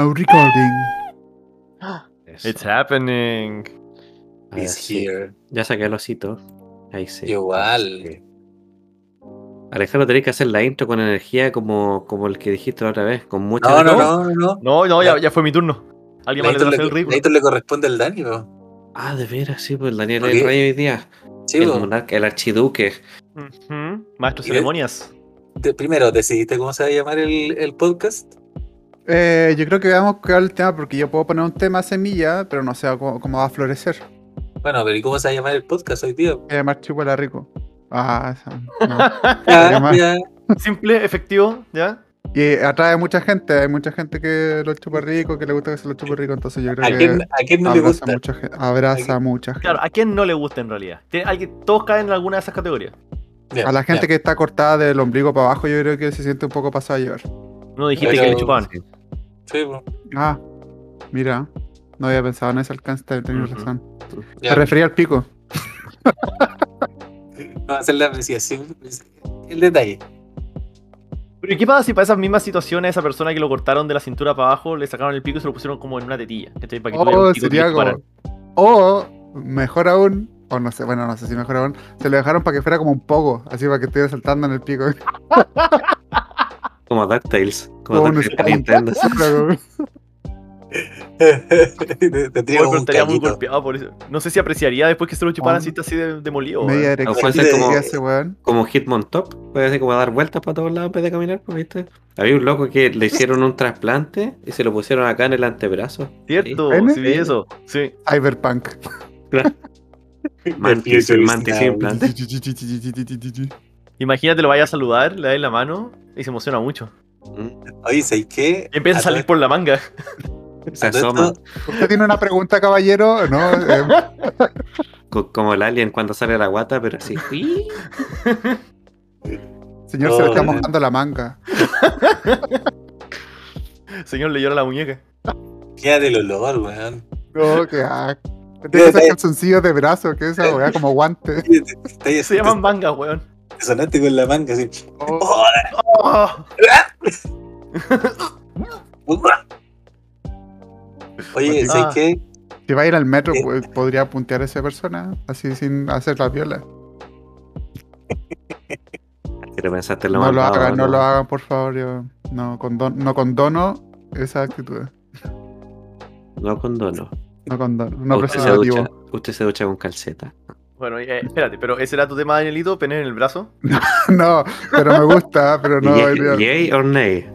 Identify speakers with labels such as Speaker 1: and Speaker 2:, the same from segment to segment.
Speaker 1: Now recording.
Speaker 2: It's happening.
Speaker 3: A ver,
Speaker 4: It's
Speaker 3: sí.
Speaker 4: here.
Speaker 3: Ya saqué el osito. Ahí sí.
Speaker 4: Igual.
Speaker 3: Sí. Alejandro, tenés que hacer la intro con energía como, como el que dijiste la otra vez, con mucha
Speaker 4: No, no,
Speaker 3: energía.
Speaker 4: no, no, no.
Speaker 2: No, no, ya, ya fue mi turno. Alguien
Speaker 4: La
Speaker 2: más le
Speaker 4: intro
Speaker 2: hacer
Speaker 4: le,
Speaker 2: el ritmo.
Speaker 4: la intro le corresponde al Dani, ¿no?
Speaker 3: Ah, de veras, sí, pues el Daniel
Speaker 4: ¿Por
Speaker 3: es el
Speaker 4: qué?
Speaker 3: rey hoy día.
Speaker 4: Sí, pues.
Speaker 3: el
Speaker 4: po.
Speaker 3: monarca, el archiduque.
Speaker 2: Ujú. Maestro
Speaker 4: ¿Y
Speaker 2: de ceremonias.
Speaker 4: Te- primero, ¿decidiste cómo se va a llamar el, el podcast?
Speaker 1: Eh, yo creo que veamos cuál es el tema, porque yo puedo poner un tema semilla, pero no sé cómo, cómo va a florecer.
Speaker 4: Bueno, pero ¿y cómo se va a llamar el podcast hoy día?
Speaker 1: Voy a llamar Chico a la Rico. Ah, esa- no.
Speaker 4: Ya,
Speaker 1: llama-
Speaker 4: Ah, ya.
Speaker 2: Simple, efectivo, ¿ya?
Speaker 1: Y atrae mucha gente, hay mucha gente que lo chupa rico, que le gusta que se lo chupa rico, entonces yo creo
Speaker 4: ¿A quién,
Speaker 1: que
Speaker 4: a quién no le
Speaker 1: abraza
Speaker 4: gusta?
Speaker 1: mucha gente. Abraza
Speaker 4: ¿A
Speaker 1: a mucha gente.
Speaker 2: Claro, ¿a quién no le gusta en realidad? Tiene- alguien- todos caen en alguna de esas categorías.
Speaker 4: Ya,
Speaker 1: A la gente
Speaker 4: ya.
Speaker 1: que está cortada del ombligo para abajo, yo creo que se siente un poco pasado a llevar.
Speaker 2: No dijiste
Speaker 4: Pero-
Speaker 2: que le chupaban.
Speaker 3: Sí.
Speaker 4: Sí, po.
Speaker 1: Ah, mira, no había pensado en ese alcance, de tener
Speaker 2: Ujú.
Speaker 1: razón.
Speaker 4: Ya,
Speaker 1: Me refería al pico.
Speaker 4: vamos a hacer la apreciación. El detalle.
Speaker 2: Pero ¿y qué pasa si para esas mismas situaciones esa persona que lo cortaron de la cintura para abajo le sacaron el pico y se lo pusieron como en una tetilla? ¿cachai? Para que tuviera
Speaker 1: O
Speaker 2: un pico que le
Speaker 1: Oh, sería
Speaker 2: chuparan.
Speaker 1: como. O, mejor aún, o no sé, bueno, no sé si mejor aún, se lo dejaron para que fuera como un poco, así para que estuviera saltando en el pico.
Speaker 3: Como DuckTales. Como
Speaker 1: Como un
Speaker 3: DuckTales de
Speaker 1: Spawn.
Speaker 3: Nintendo.
Speaker 1: Claro.
Speaker 4: Tendría
Speaker 2: Oye,
Speaker 4: como
Speaker 2: pero
Speaker 4: un
Speaker 2: estaría muy
Speaker 4: cañito.
Speaker 2: golpeado por eso. No sé si apreciaría después que se lo chuparan
Speaker 1: Oh.
Speaker 2: si está así de- demolido. weón.
Speaker 1: Media
Speaker 3: O
Speaker 1: erección
Speaker 3: puede
Speaker 1: que
Speaker 3: ser como-
Speaker 1: tenía ese weón.
Speaker 3: Como Hitmon Top. Puede ser como dar vueltas para todos lados en vez de caminar, pues, ¿viste? Había un loco que le hicieron un trasplante y se lo pusieron acá en el antebrazo.
Speaker 2: Cierto,
Speaker 1: ¿Pene?
Speaker 2: sí, vi eso. Sí.
Speaker 1: Cyberpunk.
Speaker 3: Mantis,
Speaker 4: future is
Speaker 3: mantis
Speaker 4: now.
Speaker 3: implante.
Speaker 2: Imagínate, lo vaya a saludar, le da en la mano y se emociona mucho.
Speaker 4: Oye, ¿sabes qué?
Speaker 2: Y empieza a salir por la manga.
Speaker 3: Se
Speaker 4: todo
Speaker 3: asoma.
Speaker 4: esto-
Speaker 1: ¿Usted tiene una pregunta, caballero? No, eh,
Speaker 3: co- Como el alien cuando sale la guata, pero así. ¡uy!
Speaker 1: señor, se le está
Speaker 4: Oh,
Speaker 1: mojando la manga.
Speaker 2: Señor, le llora la muñeca.
Speaker 4: Queda del olor, weón.
Speaker 1: No, que Oh, asco. Tiene esos calzoncillos de brazo, que esa weá como guante.
Speaker 4: Oye, te- te- te-
Speaker 2: Se llaman mangas, weón.
Speaker 4: te sonaste con la manga así.
Speaker 1: Oh,
Speaker 4: ¡Oh!
Speaker 2: Oh,
Speaker 5: Pues
Speaker 4: Oye,
Speaker 2: Ah.
Speaker 4: ¿sabes qué?
Speaker 1: si va a ir al metro, pues, podría puntear a esa persona, así sin hacer la viola.
Speaker 3: Pero pensaste en lo
Speaker 1: No lo
Speaker 3: malvado,
Speaker 1: hagan, no lo hagan, por favor. Yo no, condon- no condono esa actitud.
Speaker 3: No condono.
Speaker 1: No condono, no
Speaker 3: usted, se ducha,
Speaker 1: preservativo.
Speaker 3: usted se ducha con calceta.
Speaker 2: Bueno, eh, espérate, pero ese era tu tema, Danielito, pene en el brazo.
Speaker 1: No, pero me gusta, pero no.
Speaker 3: Ye-
Speaker 1: yo-
Speaker 3: Yay or nay.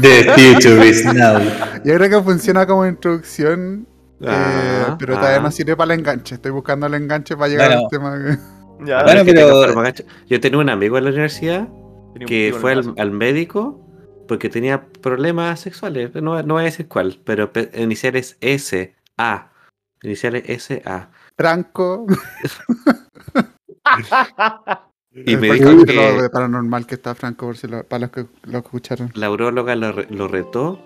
Speaker 4: The future is now.
Speaker 1: Yo creo que funciona como introducción, eh,
Speaker 3: Ah,
Speaker 1: pero todavía
Speaker 3: ah.
Speaker 1: no sirve para el enganche. Estoy buscando el enganche para llegar
Speaker 4: Bueno.
Speaker 1: al tema. que-
Speaker 2: Ya,
Speaker 3: A
Speaker 4: Bueno,
Speaker 3: ver, que
Speaker 4: pero-
Speaker 3: tengo forma, gacho. Yo tenía un amigo en la universidad
Speaker 2: tenía un
Speaker 3: que
Speaker 2: pico en el
Speaker 3: fue al,
Speaker 2: brazo.
Speaker 3: al médico porque tenía problemas sexuales. No, no voy a decir cuál, pero pe- iniciales S, A. Iniciales S, A.
Speaker 1: Tranco.
Speaker 3: Y
Speaker 1: Eh, el
Speaker 3: me
Speaker 1: cual
Speaker 3: dijo
Speaker 1: capítulo
Speaker 3: que
Speaker 1: de paranormal que está Franco, por si lo- para los que lo escucharon.
Speaker 3: la uróloga lo, re- lo retó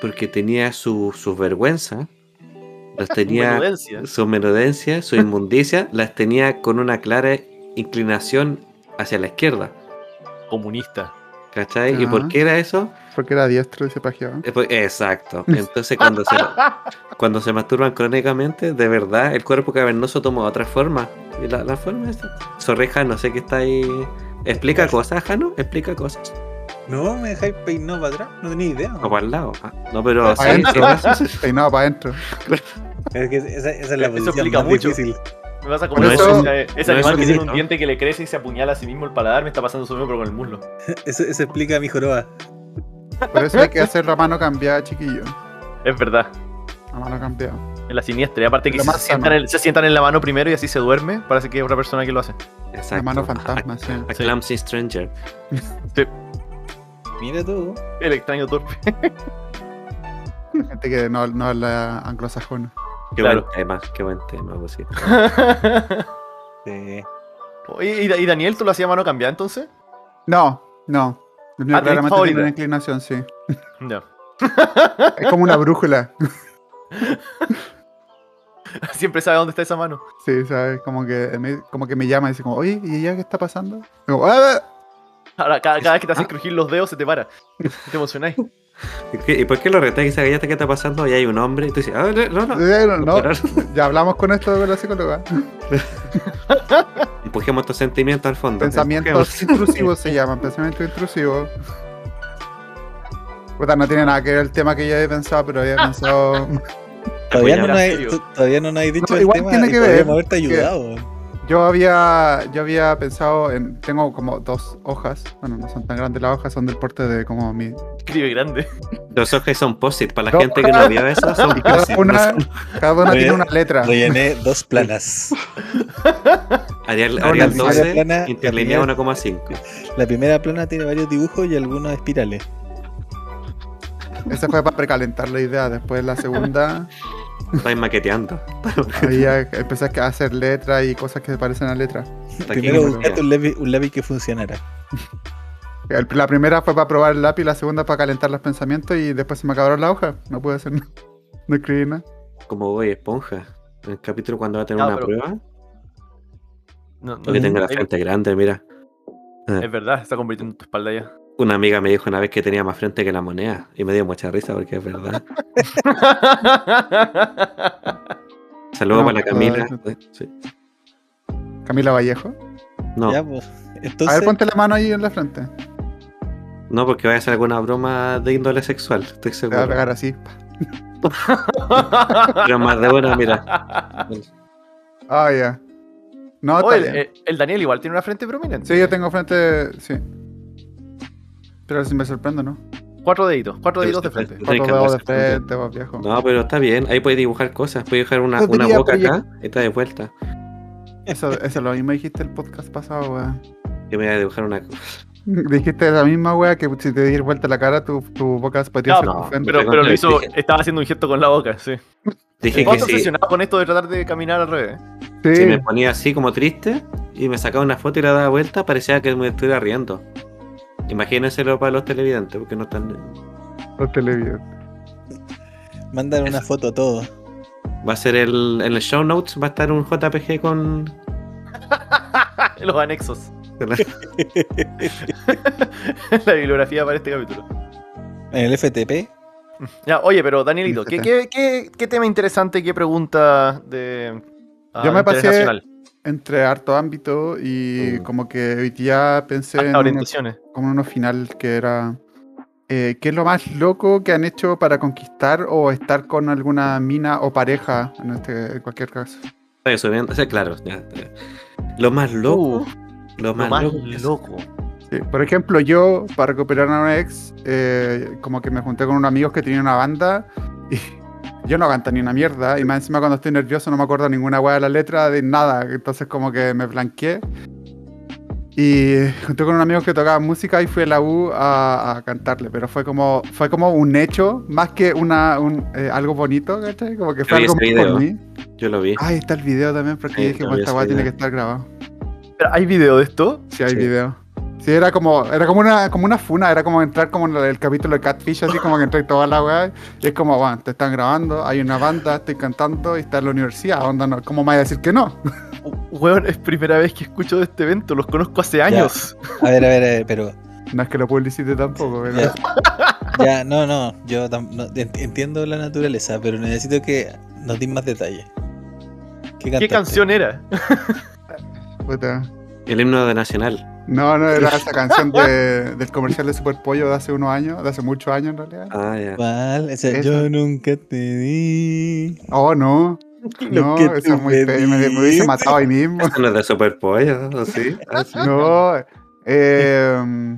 Speaker 3: porque tenía su- sus vergüenzas. Los tenía.
Speaker 2: Menudencia.
Speaker 3: su menudencia, su inmundicia, las tenía con una clara inclinación hacia la izquierda.
Speaker 2: Comunista.
Speaker 3: ¿Cachai? ¿Y por
Speaker 1: Ajá.
Speaker 3: qué era eso?
Speaker 1: Porque era diestro y se pajeaba.
Speaker 3: Eh, pues, Exacto. Entonces, cuando se, cuando se masturban crónicamente, de verdad, el cuerpo cavernoso toma otra forma. Y la, la forma es. Sorry, Jano, sé que está ahí. Explica cosas, Jano, explica cosas.
Speaker 4: No, me dejáis peinado para atrás, no tenía idea.
Speaker 3: O para el lado. Ah, No, pero. sí,
Speaker 1: adentro.
Speaker 3: sí, sí.
Speaker 1: Peinado para adentro.
Speaker 4: Es que esa, esa es la
Speaker 2: Eso
Speaker 4: posición
Speaker 2: explica
Speaker 4: más
Speaker 2: mucho.
Speaker 4: difícil.
Speaker 2: Me vas a comer
Speaker 1: eso-
Speaker 2: ese, ese
Speaker 3: no,
Speaker 2: animal
Speaker 3: eso
Speaker 2: que
Speaker 3: sí,
Speaker 2: tiene un
Speaker 3: ¿no?
Speaker 2: diente que le crece y se apuñala a sí mismo el paladar. Me está pasando su mismo, pero con el muslo.
Speaker 4: Eso, eso explica mi joroba.
Speaker 1: Por eso hay que hacer la mano cambiada, chiquillo.
Speaker 2: Es verdad.
Speaker 1: La mano cambiada.
Speaker 2: Es la siniestra. Y aparte que
Speaker 1: Lo
Speaker 2: se,
Speaker 1: más
Speaker 2: sientan en, se sientan en la mano primero y así se duerme. Parece que es otra persona que lo hace.
Speaker 1: La
Speaker 3: Exacto.
Speaker 1: mano fantasma, sí.
Speaker 3: A clumsy stranger.
Speaker 4: Mira tú.
Speaker 2: El extraño torpe.
Speaker 1: Gente que no, no habla anglosajona.
Speaker 3: Qué
Speaker 2: Claro.
Speaker 3: buen tema, qué buen tema, pues sí.
Speaker 4: Sí.
Speaker 2: Oye, Oh, ¿y, Da- y Daniel, ¿tú lo hacías mano cambiada entonces?
Speaker 1: No, no. El mío
Speaker 2: Ah, tenés
Speaker 1: claramente
Speaker 2: favorita.
Speaker 1: tiene una inclinación, sí.
Speaker 2: Ya.
Speaker 1: Es como una brújula.
Speaker 2: Siempre sabe dónde está esa mano.
Speaker 1: Sí, ¿sabes? Como que me, como que me llama y dice como, oye, ¿y ella qué está pasando? Y como, "Ah".
Speaker 2: Ahora, cada, cada vez que te hacen crujir los dedos se te para. Te emocionáis.
Speaker 3: ¿Y qué- ¿Y por qué lo retáis? Esa galleta que está pasando y hay un hombre. Y tú dices, ah, no, no, no.
Speaker 1: Eh, no, no,
Speaker 3: Pero-
Speaker 1: ya hablamos con esto de la psicóloga.
Speaker 3: Empujemos estos sentimientos al fondo.
Speaker 1: Pensamientos intrusivos se llaman, pensamientos intrusivos. Puta, no tiene nada que ver el tema que yo había pensado, pero había pensado.
Speaker 2: Oye,
Speaker 5: Todavía no,
Speaker 2: habla
Speaker 5: nos
Speaker 2: en
Speaker 5: hay,
Speaker 2: serio.
Speaker 5: tú- todavía no nos hay dicho
Speaker 1: No,
Speaker 5: el
Speaker 1: igual
Speaker 5: tema
Speaker 1: tiene
Speaker 5: y
Speaker 1: que ver,
Speaker 5: podríamos haberte
Speaker 1: que-
Speaker 5: ayudado.
Speaker 1: Yo había, yo había pensado en. Tengo como dos hojas. Bueno, no son tan grandes las hojas, son del porte de como mi.
Speaker 2: Escribe grande.
Speaker 3: Los ojos son posit. Para la
Speaker 1: No.
Speaker 3: gente que no vio eso, son
Speaker 1: Cada
Speaker 3: posit.
Speaker 1: una, cada una
Speaker 5: pues, Oye,
Speaker 1: tiene una letra.
Speaker 5: Rellené dos planas.
Speaker 3: Arial,
Speaker 1: No,
Speaker 3: Arial
Speaker 1: la
Speaker 3: 12,
Speaker 5: primera plana-
Speaker 3: interlineado
Speaker 5: la
Speaker 3: 1,5.
Speaker 5: La primera plana tiene varios dibujos y algunos espirales.
Speaker 1: Esa fue para precalentar la idea. Después la segunda,
Speaker 3: Estáis maqueteando.
Speaker 1: había, empecé a hacer letras y cosas que se parecen a letras.
Speaker 5: Primero
Speaker 1: número?
Speaker 5: buscate un lápiz, un lápiz que funcionara.
Speaker 1: El- La primera fue para probar el lápiz, la segunda para calentar los pensamientos y después se me acabaron la hoja. No pude hacer nada. No escribí nada.
Speaker 3: como voy esponja. En el capítulo cuando va a tener
Speaker 2: No,
Speaker 3: una
Speaker 2: pero-
Speaker 3: prueba,
Speaker 2: No, no,
Speaker 3: lo que tenga la
Speaker 2: es-
Speaker 3: frente grande, mira.
Speaker 2: Es verdad, está convirtiendo tu espalda ya.
Speaker 3: Una amiga me dijo una vez que tenía más frente que la moneda y me dio mucha risa porque es verdad. Saludos
Speaker 1: No,
Speaker 3: para la
Speaker 1: pero-
Speaker 3: Camila. Sí.
Speaker 1: Camila Vallejo.
Speaker 3: No,
Speaker 5: Ya, pues.
Speaker 1: A ver,
Speaker 5: Entonces,
Speaker 1: ponte la mano ahí en la frente.
Speaker 3: no porque vaya a ser alguna broma de índole sexual, estoy
Speaker 1: Te va a
Speaker 3: seguro.
Speaker 1: pegar así.
Speaker 3: Pero más de una, mira.
Speaker 1: Ah, ya. No, está
Speaker 2: Oye, eh, el,
Speaker 1: bien.
Speaker 2: el- el Daniel igual tiene una frente prominente.
Speaker 1: Sí, yo tengo frente. Sí. Pero si me sorprendo, ¿no?
Speaker 2: Cuatro deditos, cuatro
Speaker 3: Yo
Speaker 2: deditos de
Speaker 3: estoy-
Speaker 2: frente.
Speaker 3: Tenés
Speaker 1: Cuatro
Speaker 3: que
Speaker 1: dedos de
Speaker 3: andar sorprendido.
Speaker 1: frente, vos viejo.
Speaker 3: No, pero está bien, ahí puedes dibujar cosas, puedes dibujar una, una
Speaker 1: Podría
Speaker 3: boca
Speaker 1: proyect-
Speaker 3: acá y está de vuelta.
Speaker 1: Eso, eso lo mismo dijiste el podcast pasado, weón.
Speaker 3: Yo me voy a dibujar una
Speaker 1: Dijiste esa misma wea que si te di vuelta la cara, tu, tu boca podría
Speaker 2: No,
Speaker 1: ser tu
Speaker 3: no,
Speaker 1: frente.
Speaker 2: Pero, pero lo hizo,
Speaker 3: Dije-
Speaker 2: estaba haciendo un gesto con la boca, sí.
Speaker 3: Dije
Speaker 2: Estaba
Speaker 3: que sí.
Speaker 2: obsesionado con esto de tratar de caminar al revés.
Speaker 3: Si
Speaker 1: sí,
Speaker 3: me ponía así como triste y me sacaba una foto y la daba vuelta, parecía que me estuviera riendo. Imagínenselo para los televidentes, porque no están.
Speaker 1: los televidentes.
Speaker 5: mandan una
Speaker 3: Eso.
Speaker 5: foto a todos.
Speaker 3: Va a ser el. En el show notes va a estar un JPG con.
Speaker 2: ¿eh? Los anexos. la bibliografía para este capítulo.
Speaker 5: En el FTP,
Speaker 2: Ya, oye, pero Danielito, ¿qué, qué, qué, qué tema interesante, qué pregunta de. ah,
Speaker 1: Yo me
Speaker 2: interés
Speaker 1: pasé
Speaker 2: nacional?
Speaker 1: Entre harto ámbito y
Speaker 3: Mm.
Speaker 1: como que hoy día pensé
Speaker 2: Hasta
Speaker 1: en uno,
Speaker 2: orientaciones.
Speaker 1: como en uno final que era. eh, ¿Qué es lo más loco que han hecho para conquistar o estar con alguna mina o pareja en, este, en cualquier caso?
Speaker 3: Está subiendo. O sea, claro. ya, ya. Lo más loco.
Speaker 2: Uh,
Speaker 3: lo
Speaker 2: lo
Speaker 3: más,
Speaker 2: más
Speaker 3: loco.
Speaker 2: loco.
Speaker 1: Sí, Eh, Por ejemplo, yo, para recuperar a una ex, eh, como que me junté con unos amigos que tenían una banda y yo no canto ni una mierda. Y más encima, cuando estoy nervioso, no me acuerdo ninguna hueá de la letra, de nada. Entonces, como que me blanqueé. Y junté con unos amigos que tocaban música y fui a la U a, a cantarle. Pero fue como, fue como un hecho, más que una, un, eh, algo bonito, ¿cachai? Como que fue
Speaker 3: vi
Speaker 1: algo
Speaker 3: ese
Speaker 1: por
Speaker 3: video.
Speaker 1: mí.
Speaker 3: Yo lo vi.
Speaker 1: Ahí está el video también, porque
Speaker 3: Sí,
Speaker 1: dije,
Speaker 3: lo
Speaker 1: bueno,
Speaker 3: vi
Speaker 1: esta
Speaker 3: ese
Speaker 1: hueá tiene que
Speaker 3: video.
Speaker 1: estar grabado.
Speaker 2: Pero, ¿Hay video de esto?
Speaker 1: Sí, hay
Speaker 3: Sí.
Speaker 1: video. Sí, era como, era como una, como una funa, era como entrar como en el capítulo de Catfish, así como que entré toda la weá. Y es como, bueno, te están grabando, hay una banda, estoy cantando y está en la universidad, onda, no, ¿cómo me vas a decir que no?
Speaker 2: Weón, es primera vez que escucho de este evento, los conozco hace años.
Speaker 5: A ver, a ver, a ver, pero.
Speaker 1: No es que lo publicite tampoco, pero
Speaker 5: Ya, Ya, no, no, yo tam- no, en- entiendo la naturaleza, pero necesito que nos des más detalles.
Speaker 2: ¿Qué
Speaker 5: ¿Qué, cantaste?
Speaker 2: canción era?
Speaker 1: puta.
Speaker 3: El himno de Nacional.
Speaker 1: No, no, era esa canción de- del comercial de Super Pollo de hace unos años, de hace muchos años en realidad.
Speaker 3: Ah, ya.
Speaker 5: ¿Cuál? Esa,
Speaker 1: Esa.
Speaker 5: Yo nunca te di.
Speaker 1: Oh, no,
Speaker 5: lo
Speaker 1: no,
Speaker 5: que
Speaker 1: eso
Speaker 5: tú
Speaker 1: es muy
Speaker 5: me
Speaker 1: feo, me, me hubiese
Speaker 5: dices.
Speaker 1: matado ahí mismo.
Speaker 3: Eso no es de Superpollo, ¿o sí? Ah, sí.
Speaker 1: No, eh,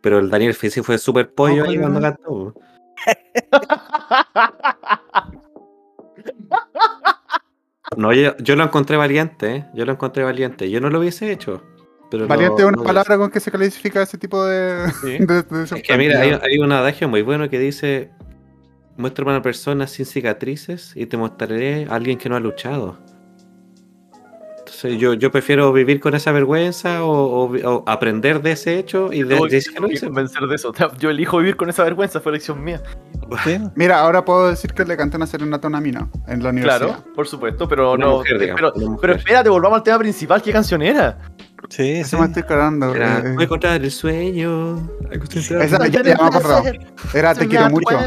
Speaker 3: Pero el Daniel Fisi fue super pollo
Speaker 1: No,
Speaker 3: ahí
Speaker 1: no,
Speaker 3: cuando
Speaker 1: no.
Speaker 3: cantó. No, yo, yo lo encontré valiente, ¿eh? yo lo encontré valiente. Yo no lo hubiese hecho. Pero lo-
Speaker 1: valiente es una
Speaker 3: lo
Speaker 1: palabra con que se califica ese tipo de...
Speaker 2: Sí.
Speaker 1: de- de-
Speaker 3: hice. Es que mira, hay, hay un adagio muy bueno que dice: Muéstrame a una persona sin cicatrices y te mostraré a alguien que no ha luchado. Entonces yo, yo prefiero vivir con esa vergüenza o, o vi- o aprender de ese hecho y de,
Speaker 2: Tuve
Speaker 3: decir que lo
Speaker 2: que
Speaker 3: hice.
Speaker 2: convencer de eso. Yo elijo vivir con esa vergüenza, fue elección mía.
Speaker 5: Sí,
Speaker 1: Mira, ahora puedo decir que le canté una serenata a una mina en la universidad.
Speaker 2: Claro, por supuesto, pero
Speaker 3: Una
Speaker 2: no. eh,
Speaker 3: mujer, digamos,
Speaker 2: pero,
Speaker 3: una mujer.
Speaker 2: pero espérate, volvamos al tema principal. ¿Qué canción era?
Speaker 5: Sí, sí.
Speaker 1: Eso me estoy cargando.
Speaker 3: Era,
Speaker 1: eh,
Speaker 3: voy a encontrar el sueño. Algo así se llama.
Speaker 1: Esa- ya- ya me acordado. Era Te quiero mucho.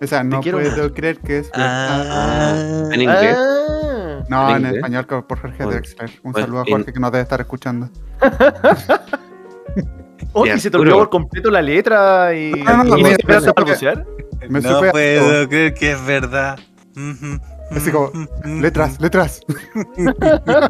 Speaker 1: Esa, no
Speaker 2: quiero
Speaker 1: puedo creer que es.
Speaker 5: Ah,
Speaker 3: En inglés.
Speaker 2: Ah,
Speaker 1: No, en
Speaker 3: ¿En inglés?
Speaker 1: español co- por Jorge
Speaker 3: Bueno,
Speaker 1: Drexler. Un
Speaker 3: bueno,
Speaker 1: saludo a
Speaker 3: en-
Speaker 1: Jorge que nos debe estar escuchando.
Speaker 2: Oye,
Speaker 3: Ya,
Speaker 2: se te olvidó
Speaker 3: duro.
Speaker 2: por completo la letra y.
Speaker 1: No, no, no,
Speaker 2: y
Speaker 1: mira,
Speaker 2: se empezaste a
Speaker 1: porque-
Speaker 2: pronunciar.
Speaker 1: Me
Speaker 5: ah, no
Speaker 1: supe a
Speaker 5: puedo
Speaker 1: todo.
Speaker 5: creer que es verdad. Ujú,
Speaker 1: Así como,
Speaker 5: ujú,
Speaker 1: Letras,
Speaker 5: ujú.
Speaker 1: letras.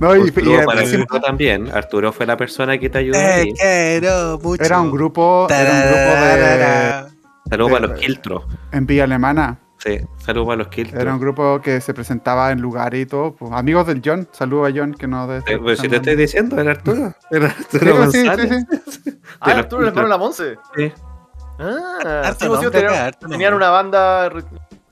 Speaker 1: no, y, y
Speaker 3: Arturo, Pues para el
Speaker 1: encima Eh,
Speaker 3: grupo también. Arturo fue la persona que te ayudó. a
Speaker 5: Te
Speaker 3: ti.
Speaker 5: quiero mucho.
Speaker 1: era un grupo, era un grupo
Speaker 5: Tararara.
Speaker 3: Saludos
Speaker 1: de-
Speaker 3: para los Kiltro.
Speaker 1: de, en Villa Alemana.
Speaker 3: Sí, saludos para los
Speaker 1: Era un
Speaker 3: Kiltro.
Speaker 1: grupo que se presentaba en lugares y todo. pues, amigos del John, saludo a John que no debe estar
Speaker 3: Pues si te estoy
Speaker 1: escuchando.
Speaker 3: diciendo, era Arturo. Era
Speaker 1: Sí,
Speaker 3: Arturo
Speaker 1: sí, sí,
Speaker 3: González.
Speaker 1: sí.
Speaker 2: Ah,
Speaker 3: los
Speaker 2: Arturo, el hermano de la Monse.
Speaker 3: Sí.
Speaker 2: Ah, sí,
Speaker 5: Harto
Speaker 2: vos sí,
Speaker 5: nombre acá,
Speaker 2: tenían,
Speaker 5: harto
Speaker 2: tenían
Speaker 5: nombre.
Speaker 2: una banda. re-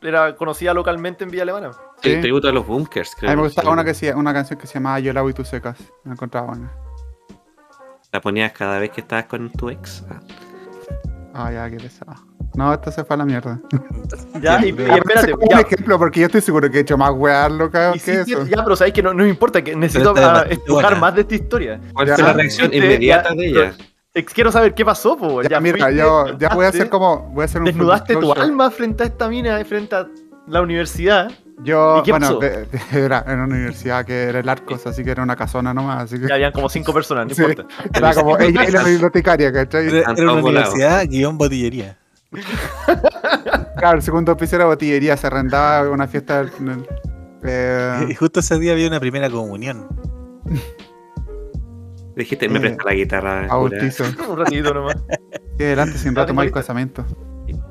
Speaker 2: Era conocida localmente en Villa Alemana.
Speaker 3: Sí,
Speaker 1: Sí.
Speaker 3: tributo a los bunkers, creo.
Speaker 1: A mí me
Speaker 2: pues,
Speaker 3: que
Speaker 1: gustaba
Speaker 3: se
Speaker 1: una,
Speaker 3: llama.
Speaker 1: que se- una canción que se llamaba Yo lavo y tú secas. Me encontraba buena.
Speaker 3: La ponías cada vez que estabas con tu ex. Ah,
Speaker 1: Ah, ya, qué pesado. No, esto se fue a la mierda.
Speaker 2: Ya, y, y
Speaker 1: Ah, pero ese
Speaker 2: espérate.
Speaker 1: es como un
Speaker 2: Ya,
Speaker 1: ejemplo, porque yo estoy seguro que he hecho más weas locas
Speaker 2: y sí,
Speaker 1: que
Speaker 2: sí,
Speaker 1: eso.
Speaker 2: ya, pero sabéis que no, no me importa, que necesito
Speaker 5: Pero está
Speaker 2: ah, estrujar
Speaker 5: buena.
Speaker 2: más de esta historia.
Speaker 3: ¿Cuál
Speaker 1: Ya.
Speaker 3: fue la reacción
Speaker 2: Sí,
Speaker 3: inmediata
Speaker 2: ya,
Speaker 3: de ella?
Speaker 2: Eh, Quiero saber qué pasó, po.
Speaker 1: Ya, mira,
Speaker 2: pues, fuiste,
Speaker 1: yo ya voy a hacer
Speaker 2: cantaste.
Speaker 1: como. Voy a hacer un full
Speaker 2: desnudaste tu
Speaker 1: disclosure.
Speaker 2: alma frente a esta mina, eh, frente a la universidad.
Speaker 1: Yo,
Speaker 2: ¿Y qué
Speaker 1: bueno,
Speaker 2: pasó?
Speaker 1: de- de- era en una universidad que era el Arcos, así que era una casona nomás. Así que
Speaker 2: Ya habían como cinco personas, no
Speaker 1: Sí.
Speaker 2: importa.
Speaker 1: era como ella y la bibliotecaria, ¿cachai?
Speaker 5: Era,
Speaker 3: Están
Speaker 5: era una
Speaker 3: todos volados.
Speaker 5: universidad guión botillería.
Speaker 1: Claro, el segundo piso era botillería, se arrendaba una fiesta. del-
Speaker 5: Y
Speaker 1: eh,
Speaker 5: justo ese día había una primera comunión.
Speaker 3: Dijiste, me
Speaker 1: Eh,
Speaker 3: presta la guitarra. cura.
Speaker 1: bautizo.
Speaker 2: Un ratito nomás. pues,
Speaker 1: Y adelante, sin
Speaker 2: Ya,
Speaker 1: rato mal el
Speaker 2: tengo lista.
Speaker 1: casamiento.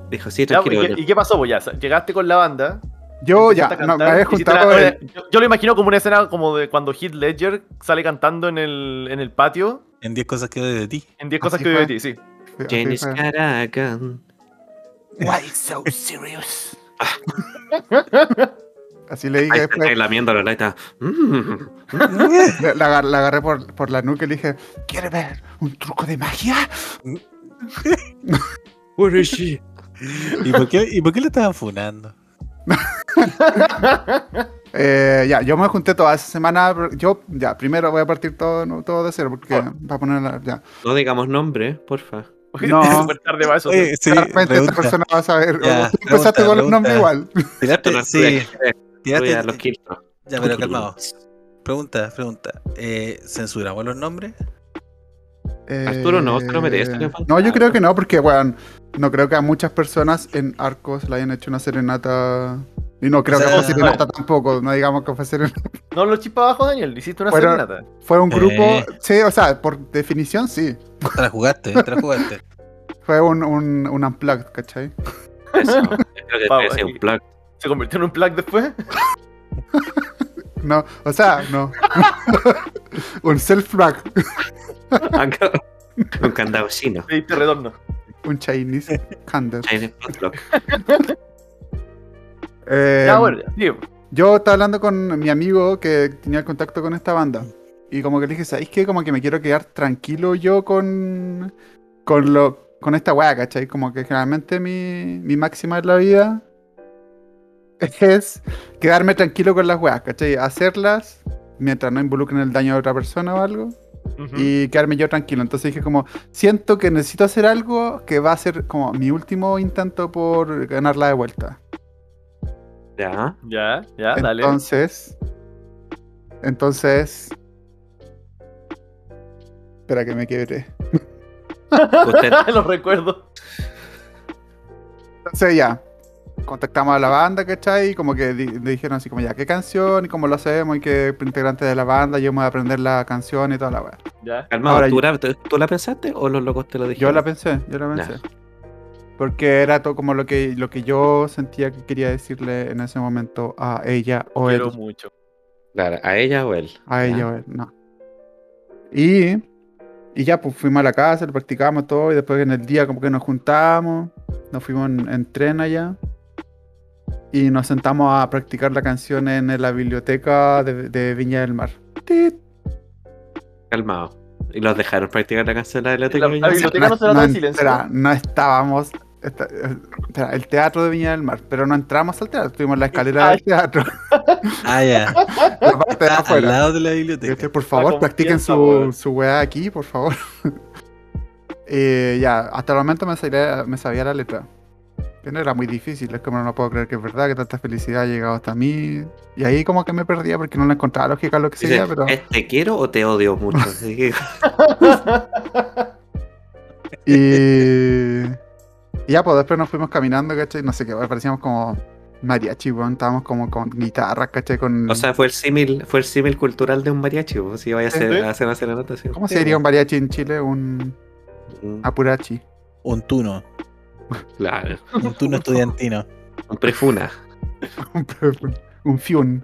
Speaker 3: Dijo, sí,
Speaker 2: Ya,
Speaker 3: tranquilo.
Speaker 2: ¿y, qué, y qué pasó, pues ya? sa- Llegaste con la banda.
Speaker 1: Yo ya,
Speaker 2: empezaste a
Speaker 1: no, me
Speaker 2: cantar,
Speaker 1: había
Speaker 2: hiciste
Speaker 1: juntado.
Speaker 2: la-
Speaker 1: el-
Speaker 2: yo, yo lo imagino como una escena como de cuando Heath Ledger sale cantando en el, en el patio
Speaker 5: En 10 cosas que odio de ti.
Speaker 2: en 10 cosas
Speaker 1: Así
Speaker 2: que vive
Speaker 1: fue.
Speaker 2: de ti, sí.
Speaker 1: sí, así
Speaker 3: Janis
Speaker 1: fue.
Speaker 3: Caragan.
Speaker 4: Why so serious?
Speaker 1: Así le
Speaker 3: Ahí
Speaker 1: dije
Speaker 3: está
Speaker 1: después.
Speaker 3: ahí lamiendo la lata. Mm.
Speaker 1: La, la agar- la agarré por, por la nuca y le dije, ¿quieres ver un truco de magia?
Speaker 3: Where is she?
Speaker 5: ¿Y por qué, y por qué lo estaban funando?
Speaker 1: Eh, ya, yo me junté toda esa semana. pero Yo, ya, primero voy a partir todo, no, todo de cero porque
Speaker 2: Ah.
Speaker 1: va a poner la- ya.
Speaker 3: No digamos nombre, porfa.
Speaker 1: No.
Speaker 2: Es súper tarde para eso.
Speaker 5: Oye, sí,
Speaker 1: Claramente esta
Speaker 5: pregunta.
Speaker 1: persona va a saber.
Speaker 5: Ya,
Speaker 1: Tú empezaste
Speaker 5: pregunta,
Speaker 1: con el nombre
Speaker 5: pregunta.
Speaker 1: igual.
Speaker 5: Tiraste-
Speaker 3: Arturo,
Speaker 5: sí,
Speaker 3: Voy a
Speaker 5: tiraste-
Speaker 3: los Kiltro.
Speaker 5: Ya, pero calmado. Pregunta, pregunta. Eh, ¿Censuramos los nombres?
Speaker 3: Arturo, no,
Speaker 1: Eh,
Speaker 3: te lo mereces, le falta
Speaker 1: No, yo
Speaker 3: algo.
Speaker 1: creo que no, porque, bueno, no creo que a muchas personas en Arcos le hayan hecho una serenata. Y no creo
Speaker 5: O
Speaker 1: que
Speaker 5: sea,
Speaker 1: fue serenata tampoco. No digamos que fue serenata.
Speaker 2: No lo chispa abajo, Daniel. Hiciste una
Speaker 1: Fueron-
Speaker 2: serenata.
Speaker 1: Fue un grupo.
Speaker 5: Eh.
Speaker 1: Sí, o sea, por definición, sí.
Speaker 5: Te la jugaste, te la jugaste.
Speaker 1: Fue un, un, un unplugged, ¿cachai?
Speaker 3: Eso. Espero que
Speaker 2: Pau,
Speaker 3: te sea
Speaker 2: y-
Speaker 3: un plug.
Speaker 2: ¿Se convirtió en un plug después?
Speaker 1: No, o sea, no. un self-plug.
Speaker 3: Acá. Un candado chino.
Speaker 2: Te diste retorno.
Speaker 1: Un Chinese candle.
Speaker 3: Chinese plug.
Speaker 1: Eh,
Speaker 2: ya, bueno, ya. Digo,
Speaker 1: Yo estaba hablando con mi amigo que tenía contacto con esta banda. Y como que le dije, ¿sabéis qué? Como que me quiero quedar tranquilo yo con. con lo. con esta weá, ¿cachai? Como que generalmente mi, mi máxima en la vida es quedarme tranquilo con las weas, ¿cachai? Hacerlas mientras no involucren el daño de otra persona o algo.
Speaker 2: ujú.
Speaker 1: y quedarme yo tranquilo. Entonces dije como, siento que necesito hacer algo que va a ser como mi último intento por ganarla de vuelta.
Speaker 3: Ya.
Speaker 2: Ya, ya, Ah, dale.
Speaker 1: entonces, entonces... Espera que me quiebre.
Speaker 3: Usted
Speaker 2: Los recuerdo.
Speaker 1: Entonces ya, contactamos a la banda, ¿cachai? Y como que di- le dijeron así como, ya, ¿qué canción? ¿Y cómo lo hacemos? ¿Y qué integrantes de la banda? Yo me voy a aprender la canción y toda la weá.
Speaker 2: Ya.
Speaker 3: Calmado,
Speaker 1: Ahora,
Speaker 3: ¿tú, la, tú- tú la pensaste o los locos te lo dijeron?
Speaker 1: Yo la pensé, yo la
Speaker 3: Ya.
Speaker 1: pensé. Porque era todo como lo que, lo que yo sentía que quería decirle en ese momento a ella o él.
Speaker 2: Quiero mucho.
Speaker 3: Claro, ¿A ella o él?
Speaker 1: A ella
Speaker 3: Ya.
Speaker 1: o él, no. Y, y ya, pues fuimos a la casa, lo practicamos todo, y después en el día como que nos juntamos, nos fuimos en, en tren allá. Y nos sentamos a practicar la canción en la biblioteca de, de Viña del Mar. Tit.
Speaker 3: Calmado. ¿Y los dejaron practicar la canción de la biblioteca?
Speaker 2: La- la
Speaker 3: Viña?
Speaker 2: biblioteca- no se trata de silencio.
Speaker 1: espera, no estábamos. esta- espera, el teatro de Viña del Mar, pero no entramos al teatro, tuvimos la escalera
Speaker 2: Ay.
Speaker 1: del teatro.
Speaker 5: Ah, ya.
Speaker 1: La parte de
Speaker 5: Al
Speaker 1: afuera.
Speaker 5: lado de la
Speaker 1: Este,
Speaker 5: biblioteca.
Speaker 1: por
Speaker 2: La
Speaker 1: favor,
Speaker 2: confianza,
Speaker 1: practiquen su,
Speaker 2: weón.
Speaker 1: su weá aquí, por favor. Eh, ya, hasta el momento me sabía, me sabía la letra. Que no era muy difícil, es como no puedo creer que es verdad, que tanta felicidad ha llegado hasta mí. Y ahí como que me perdía porque no le encontraba lógica a lo que
Speaker 3: Dice,
Speaker 1: seguía, pero...
Speaker 3: "¿Es ¿Te quiero o te odio mucho? Así que,
Speaker 1: Y... y ya, pues después nos fuimos caminando, ¿cachai? No sé qué, parecíamos como mariachi, weón. Estábamos como con guitarras, ¿cachai? Con...
Speaker 3: o sea, fue el símil, fue el símil cultural de un mariachi, pues, si vaya a hacer,
Speaker 2: Sí.
Speaker 3: a hacer una serenata, sí.
Speaker 1: ¿Cómo se diría un Ah. mariachi en Chile? Un
Speaker 3: Mm,
Speaker 1: apurachi.
Speaker 5: Un tuno.
Speaker 3: Claro.
Speaker 5: Un tuno estudiantino.
Speaker 3: Un prefuna.
Speaker 1: un, un fiun.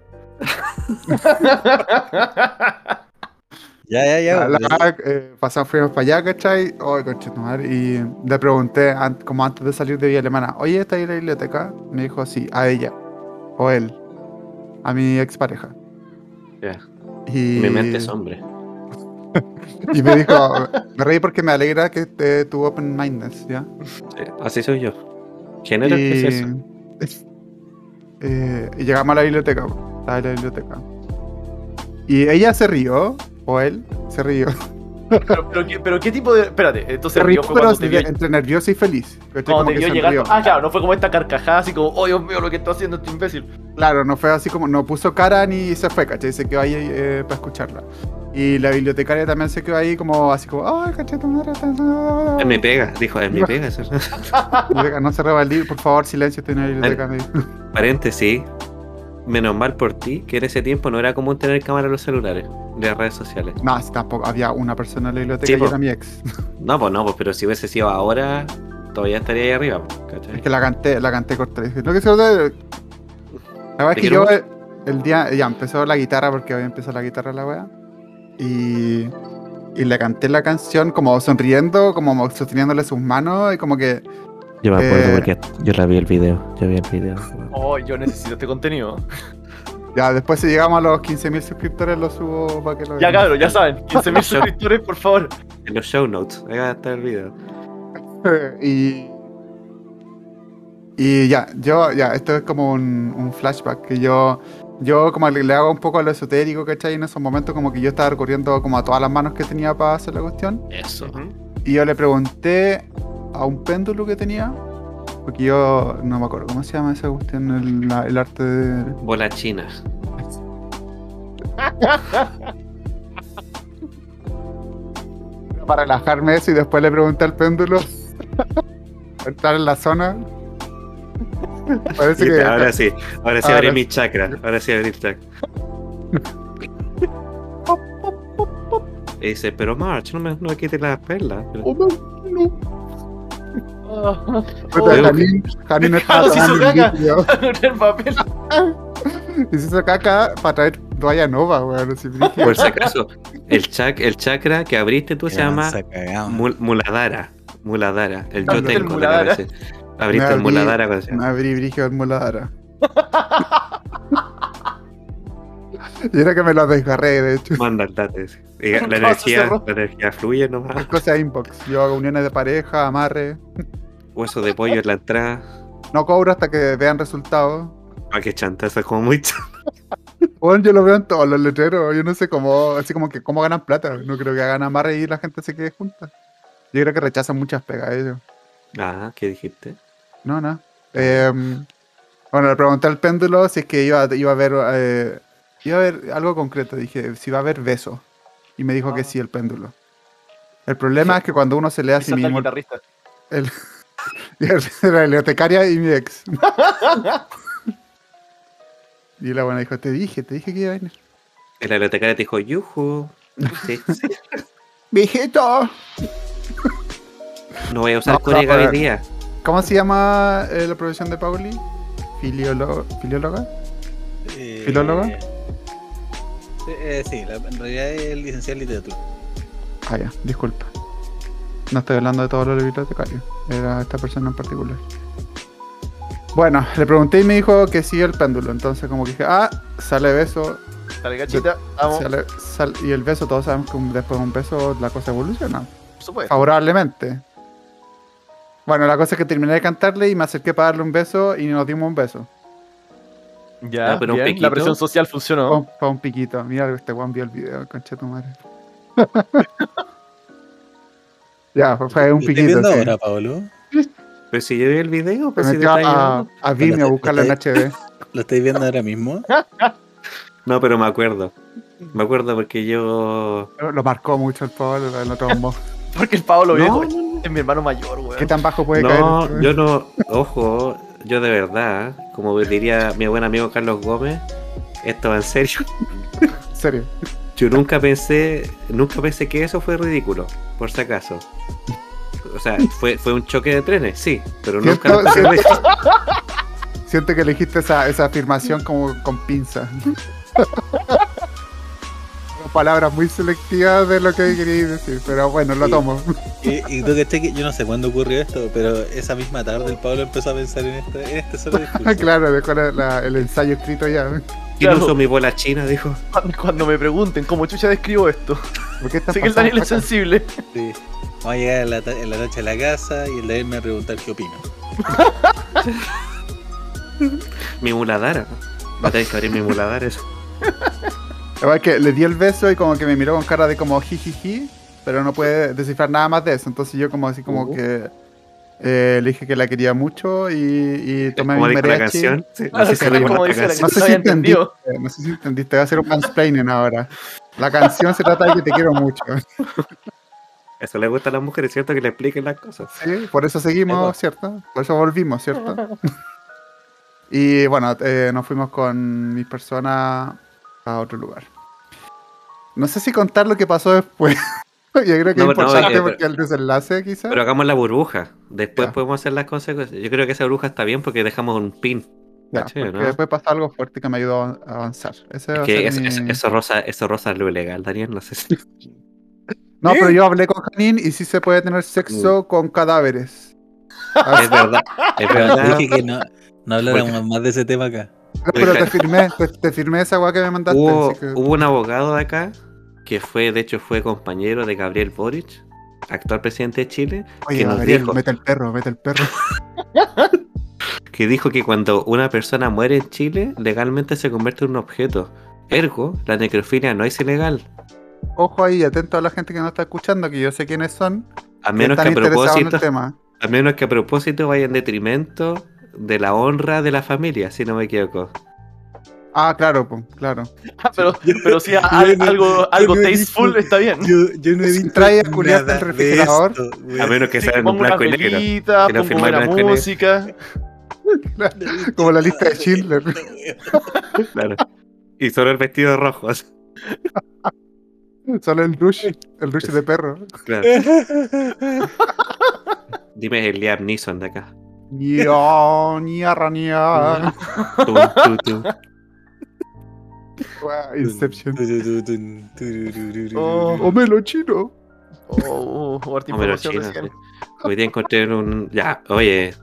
Speaker 5: Ya, ya, ya.
Speaker 1: Ya, la,
Speaker 5: pues,
Speaker 1: eh, pasamos, fuimos para allá, ¿cachai? Oh, conchetumare, Y le pregunté, an- como antes de salir de Vía Alemana, oye, ¿está ahí en la biblioteca? Me dijo, sí, a ella. O él. A mi expareja.
Speaker 3: Ya.
Speaker 1: Y,
Speaker 3: Mi mente es hombre.
Speaker 1: y me dijo, me reí porque me alegra que te, tu open mindness, ¿ya?
Speaker 3: Sí, así soy yo. Género, ¿qué es eso?
Speaker 1: eh, y llegamos a la biblioteca. po. Estaba en la biblioteca. Y ella se rió, o él se rió.
Speaker 2: pero, pero qué, pero qué tipo de. Espérate, entonces
Speaker 1: Se
Speaker 2: el
Speaker 1: rió,
Speaker 2: río fue
Speaker 1: pero
Speaker 2: cuando te vio,
Speaker 1: entre nerviosa y feliz. ¿cachai?
Speaker 2: cuando
Speaker 1: Como
Speaker 2: te
Speaker 1: que
Speaker 2: vio
Speaker 1: se
Speaker 2: llegar.
Speaker 1: rió.
Speaker 2: Ah, claro, no fue como esta carcajada así como, oh Dios mío, lo que está haciendo este imbécil.
Speaker 1: Claro, no fue así como, no puso cara ni se fue, ¿cachai? Se quedó ahí eh, para escucharla. Y la bibliotecaria también se quedó ahí como, así como, ¡ay, cachai, tu madre! tan- tan-
Speaker 3: Es mi pega, dijo, es mi
Speaker 1: No.
Speaker 3: pega. eso.
Speaker 1: Biblioteca, No se revalí, por favor, silencio, estoy en la biblioteca. me dijo.
Speaker 3: Paréntesis. Menos mal por ti que en ese tiempo no era común tener cámara en los celulares, de las redes sociales.
Speaker 1: No, sí, tampoco, había una persona en la biblioteca
Speaker 3: Sí,
Speaker 1: y
Speaker 3: po.
Speaker 1: era mi ex.
Speaker 3: No, pues no, pues, pero si hubiese sido ahora, todavía estaría ahí arriba. pues, ¿cachai?
Speaker 1: Es que la canté, la canté corta. Dije, No, que se lo de- La verdad es
Speaker 3: Te
Speaker 1: que
Speaker 3: quiero
Speaker 1: yo eh, el día, ya empezó la guitarra porque había empezado la guitarra la wea. Y, y le canté la canción como sonriendo, como sosteniéndole sus manos y como que
Speaker 3: Yo me
Speaker 1: acuerdo Eh.
Speaker 3: porque yo la vi el video. Yo vi el video.
Speaker 2: Oh, yo necesito este contenido.
Speaker 1: Ya, después si llegamos a los 15.000 suscriptores lo subo para que lo
Speaker 2: Ya
Speaker 1: vean.
Speaker 2: cabrón, ya saben, 15.000 suscriptores, por favor.
Speaker 3: En los show notes, ahí va a estar el video.
Speaker 1: Y, y ya, yo, ya, esto es como un, un flashback que yo, yo como le, le hago un poco a lo esotérico, ¿cachai? En esos momentos como que yo estaba recorriendo como a todas las manos que tenía para hacer la cuestión.
Speaker 3: Eso.
Speaker 1: Y yo le pregunté a un péndulo que tenía, porque yo no me acuerdo cómo se llama esa cuestión, el, la- el arte de...
Speaker 3: Bola china.
Speaker 1: para relajarme eso y después le pregunté al péndulo para entrar en la zona. Parece que
Speaker 3: ahora sí, ahora sí
Speaker 1: Ahora
Speaker 3: abrí
Speaker 1: sí.
Speaker 3: mi chakra. Ahora sí abrí el chakra. Y dice, pero March, no me, no me quites las perlas. Pero-
Speaker 2: Ah,
Speaker 1: Puta,
Speaker 3: Oh,
Speaker 1: Janine- Janine estaba
Speaker 2: Claro, se hizo
Speaker 1: tomando un
Speaker 2: caca.
Speaker 1: líquido
Speaker 2: el papel.
Speaker 1: y se hizo caca para traer toalla nova, weón. así, brígido.
Speaker 3: Por si acaso, el, chak, el chakra que abriste tú se llama
Speaker 5: avanza cagado.
Speaker 3: mul- Muladhara. Muladhara. El yo
Speaker 2: Abriste el
Speaker 3: tengo.
Speaker 2: Muladhara.
Speaker 3: la cabeza. Abriste el
Speaker 1: abrí-
Speaker 3: Muladhara. cuando se llama.
Speaker 1: Me abrí brígido al moladara. y era que me lo desgarré, de hecho.
Speaker 3: Manda el date, dice. Y La
Speaker 2: se
Speaker 3: energía,
Speaker 2: cerró.
Speaker 3: la energía fluye nomás.
Speaker 1: Cosas inbox. Yo hago uniones de pareja, amarre.
Speaker 3: Hueso de pollo en la entrada.
Speaker 1: No cobro hasta que vean resultados.
Speaker 3: Ah, qué chanta, eso es como muy chanta.
Speaker 1: Bueno, yo lo veo en todos los letreros. Yo no sé cómo, así como que cómo ganan plata. No creo que hagan amarre y la gente se quede junta. Yo creo que rechazan muchas pegas ellos.
Speaker 3: Ah, ¿qué dijiste?
Speaker 1: No, no. Eh, bueno, le pregunté al péndulo si es que iba, iba a haber eh, iba a haber algo concreto. Dije, si va a haber besos. Y me dijo que
Speaker 2: Ah.
Speaker 1: sí el péndulo. El problema es que cuando uno se lee a sí
Speaker 2: Esa es la
Speaker 1: mismo,
Speaker 2: guitarrista.
Speaker 1: la bibliotecaria y mi ex. y la buena dijo, te dije, te dije que iba a venir.
Speaker 3: El bibliotecario te dijo, yuju. Sí, sí.
Speaker 1: ¡Viejito!
Speaker 3: No voy a usar
Speaker 1: No,
Speaker 3: Corega
Speaker 1: no,
Speaker 3: hoy día.
Speaker 1: ¿Cómo se llama eh, la profesión de Pauli? Filiolo- ¿Filióloga?
Speaker 5: Eh,
Speaker 1: ¿Filóloga?
Speaker 5: eh, sí, la- en realidad es licenciada en literatura.
Speaker 1: Ah, ya, disculpa. No estoy hablando de todos los bibliotecarios. Era esta persona en particular. Bueno, le pregunté y me dijo que sí el péndulo. Entonces como que dije, ah, sale beso.
Speaker 2: Dale, cachita, vamos.
Speaker 1: sale- sal- y el beso, todos sabemos que un- después de un beso la cosa evoluciona.
Speaker 2: Por supuesto.
Speaker 1: Favorablemente. Bueno, la cosa es que terminé de cantarle y me acerqué para darle un beso y nos dimos un beso.
Speaker 2: Ya,
Speaker 3: Ah, pero un
Speaker 2: bien,
Speaker 3: piquito. Oh.
Speaker 2: la presión social funcionó.
Speaker 1: Pa' un- pa' un piquito. Mira, este Juan vio el video, concha tu madre. ya, fue- fue un
Speaker 5: ¿Lo estoy
Speaker 1: piquito.
Speaker 5: viendo
Speaker 1: sí.
Speaker 5: ahora, Pablo?
Speaker 3: Pero si yo vi el video,
Speaker 1: Se
Speaker 3: pues si
Speaker 1: metió
Speaker 3: te está
Speaker 1: a,
Speaker 3: ayudando.
Speaker 1: a Vimeo a buscarlo en HD.
Speaker 5: ¿Lo estáis viendo ahora mismo?
Speaker 3: No, pero me acuerdo. Me acuerdo porque yo.
Speaker 1: Lo marcó mucho el Pablo, lo- lo traumó.
Speaker 2: Porque el Pablo
Speaker 3: No,
Speaker 2: viejo
Speaker 3: no, no.
Speaker 2: es mi hermano mayor, weón.
Speaker 1: ¿Qué tan bajo puede
Speaker 3: No,
Speaker 1: caer?
Speaker 3: yo no. Ojo, yo de verdad, como diría mi buen amigo Carlos Gómez, esto va en serio.
Speaker 1: En serio.
Speaker 3: Yo nunca pensé, nunca pensé que eso fue ridículo, por si acaso. O sea, fue, fue un choque de trenes, sí, pero nunca
Speaker 1: Siento-
Speaker 3: lo pensé ridículo.
Speaker 1: Siento que elegiste esa, esa afirmación como con pinza. Son Palabras muy selectivas de lo que quería decir, pero bueno, lo
Speaker 5: Sí.
Speaker 1: tomo.
Speaker 5: Y, y tú caché que yo no sé cuándo ocurrió esto, pero esa misma tarde el Pablo empezó a pensar en este, en este solo discurso.
Speaker 1: Ah, claro, dejó la- la- el ensayo escrito ya.
Speaker 3: ¿Quién
Speaker 2: Claro.
Speaker 3: usó mi bola china? Dijo.
Speaker 2: Cuando me pregunten cómo chucha describo esto,
Speaker 1: ¿Por qué estás
Speaker 2: sé que el
Speaker 1: pasando
Speaker 2: Daniel es
Speaker 1: esta-
Speaker 2: sensible.
Speaker 5: Sí. Vamos a llegar en la, ta- en la noche a la casa y el de él me va a preguntar qué opino.
Speaker 3: Mi muladara. Va a tener que abrir mi muladara eso.
Speaker 1: La verdad es que le di el beso y como que me miró con cara de como jijiji, pero no puede descifrar nada más de eso. Entonces yo como así como
Speaker 3: Ujú.
Speaker 1: que eh, le dije que la quería mucho y, y tomé
Speaker 3: Como
Speaker 1: mi
Speaker 3: dijo la
Speaker 1: mariachi.
Speaker 3: canción. sí,
Speaker 2: Claro,
Speaker 3: así se
Speaker 1: sí,
Speaker 3: llama
Speaker 2: como
Speaker 3: la
Speaker 2: dice la
Speaker 3: canción.
Speaker 1: No sé
Speaker 2: No
Speaker 1: si
Speaker 2: había entendido.
Speaker 1: entendió. No sé si entendiste, voy a hacer un mansplaining ahora. La canción se trata de que te quiero mucho.
Speaker 3: Eso le gusta a las mujeres, ¿cierto? Que le expliquen las cosas.
Speaker 1: Sí, por eso seguimos, ¿cierto? Por eso volvimos, ¿cierto? Y bueno, eh, nos fuimos con mis personas a otro lugar. No sé si contar lo que pasó después. Yo creo que
Speaker 3: No, no,
Speaker 1: es importante
Speaker 3: eh,
Speaker 1: porque el desenlace, quizás.
Speaker 3: Pero hagamos la burbuja. Después
Speaker 1: ¿Ah? Ya.
Speaker 3: podemos hacer las consecuencias. Yo creo que esa burbuja está bien porque dejamos un pin.
Speaker 1: Ya,
Speaker 3: caché,
Speaker 1: porque
Speaker 3: ¿no?
Speaker 1: después pasó algo fuerte que me ayudó a avanzar. Ese va a
Speaker 3: Que
Speaker 1: ser
Speaker 3: es-
Speaker 1: mi-
Speaker 3: es- eso, rosa, eso rosa es lo ilegal, Daniel. No sé si.
Speaker 1: No, pero yo hablé con Janine y sí se puede tener sexo con cadáveres. Ah,
Speaker 3: Es verdad. Es verdad.
Speaker 5: Dije que no, no habláramos más de ese tema acá.
Speaker 1: No, pero te firmé, te, te firmé esa weá que me mandaste.
Speaker 3: Hubo,
Speaker 1: así que-
Speaker 3: hubo un abogado de acá que fue, de hecho, fue compañero de Gabriel Boric, actual presidente de Chile,
Speaker 1: Oye,
Speaker 3: que nos
Speaker 1: Gabriel,
Speaker 3: dijo.
Speaker 1: mete el perro, mete el perro.
Speaker 3: que dijo que cuando una persona muere en Chile, legalmente se convierte en un objeto. Ergo, la necrofilia no es ilegal,
Speaker 1: Ojo ahí, atento a la gente que nos está escuchando, que yo sé quiénes son.
Speaker 3: a
Speaker 1: que
Speaker 3: menos que
Speaker 1: están
Speaker 3: a
Speaker 1: interesados en
Speaker 3: propósito,
Speaker 1: el tema.
Speaker 3: a menos que a propósito vaya en detrimento de la honra de la familia, si no me equivoco.
Speaker 1: Ah, claro, po, claro.
Speaker 2: Ah, pero, pero sí, a- al- algo, algo
Speaker 5: Yo no he
Speaker 2: tasteful
Speaker 5: visto-
Speaker 2: está bien.
Speaker 5: Yo, yo no
Speaker 1: he visto Trae a Julián nada del de refrigerador.
Speaker 3: A menos que
Speaker 2: Sí,
Speaker 3: sea en
Speaker 2: pongo unas
Speaker 3: blanco y negro.
Speaker 2: velitas,
Speaker 3: Que lo
Speaker 2: pongo
Speaker 3: firmáis
Speaker 2: buena
Speaker 3: blanco y negro.
Speaker 2: música.
Speaker 1: Como la lista de Schindler.
Speaker 3: Claro. Y solo el vestido rojo. así,
Speaker 1: Solo el rush, el rush de perro.
Speaker 3: claro. Dime el Liam Neeson de acá.
Speaker 1: Ño, ñarra, ña.
Speaker 3: Tum, tu, tu.
Speaker 1: Guau, Inception.
Speaker 2: Oh.
Speaker 1: Homelo chino.
Speaker 2: Oh, oh, harta
Speaker 3: Homero
Speaker 2: información
Speaker 3: Chino,
Speaker 2: recién.
Speaker 3: Hoy día encontré un. Ya, oye,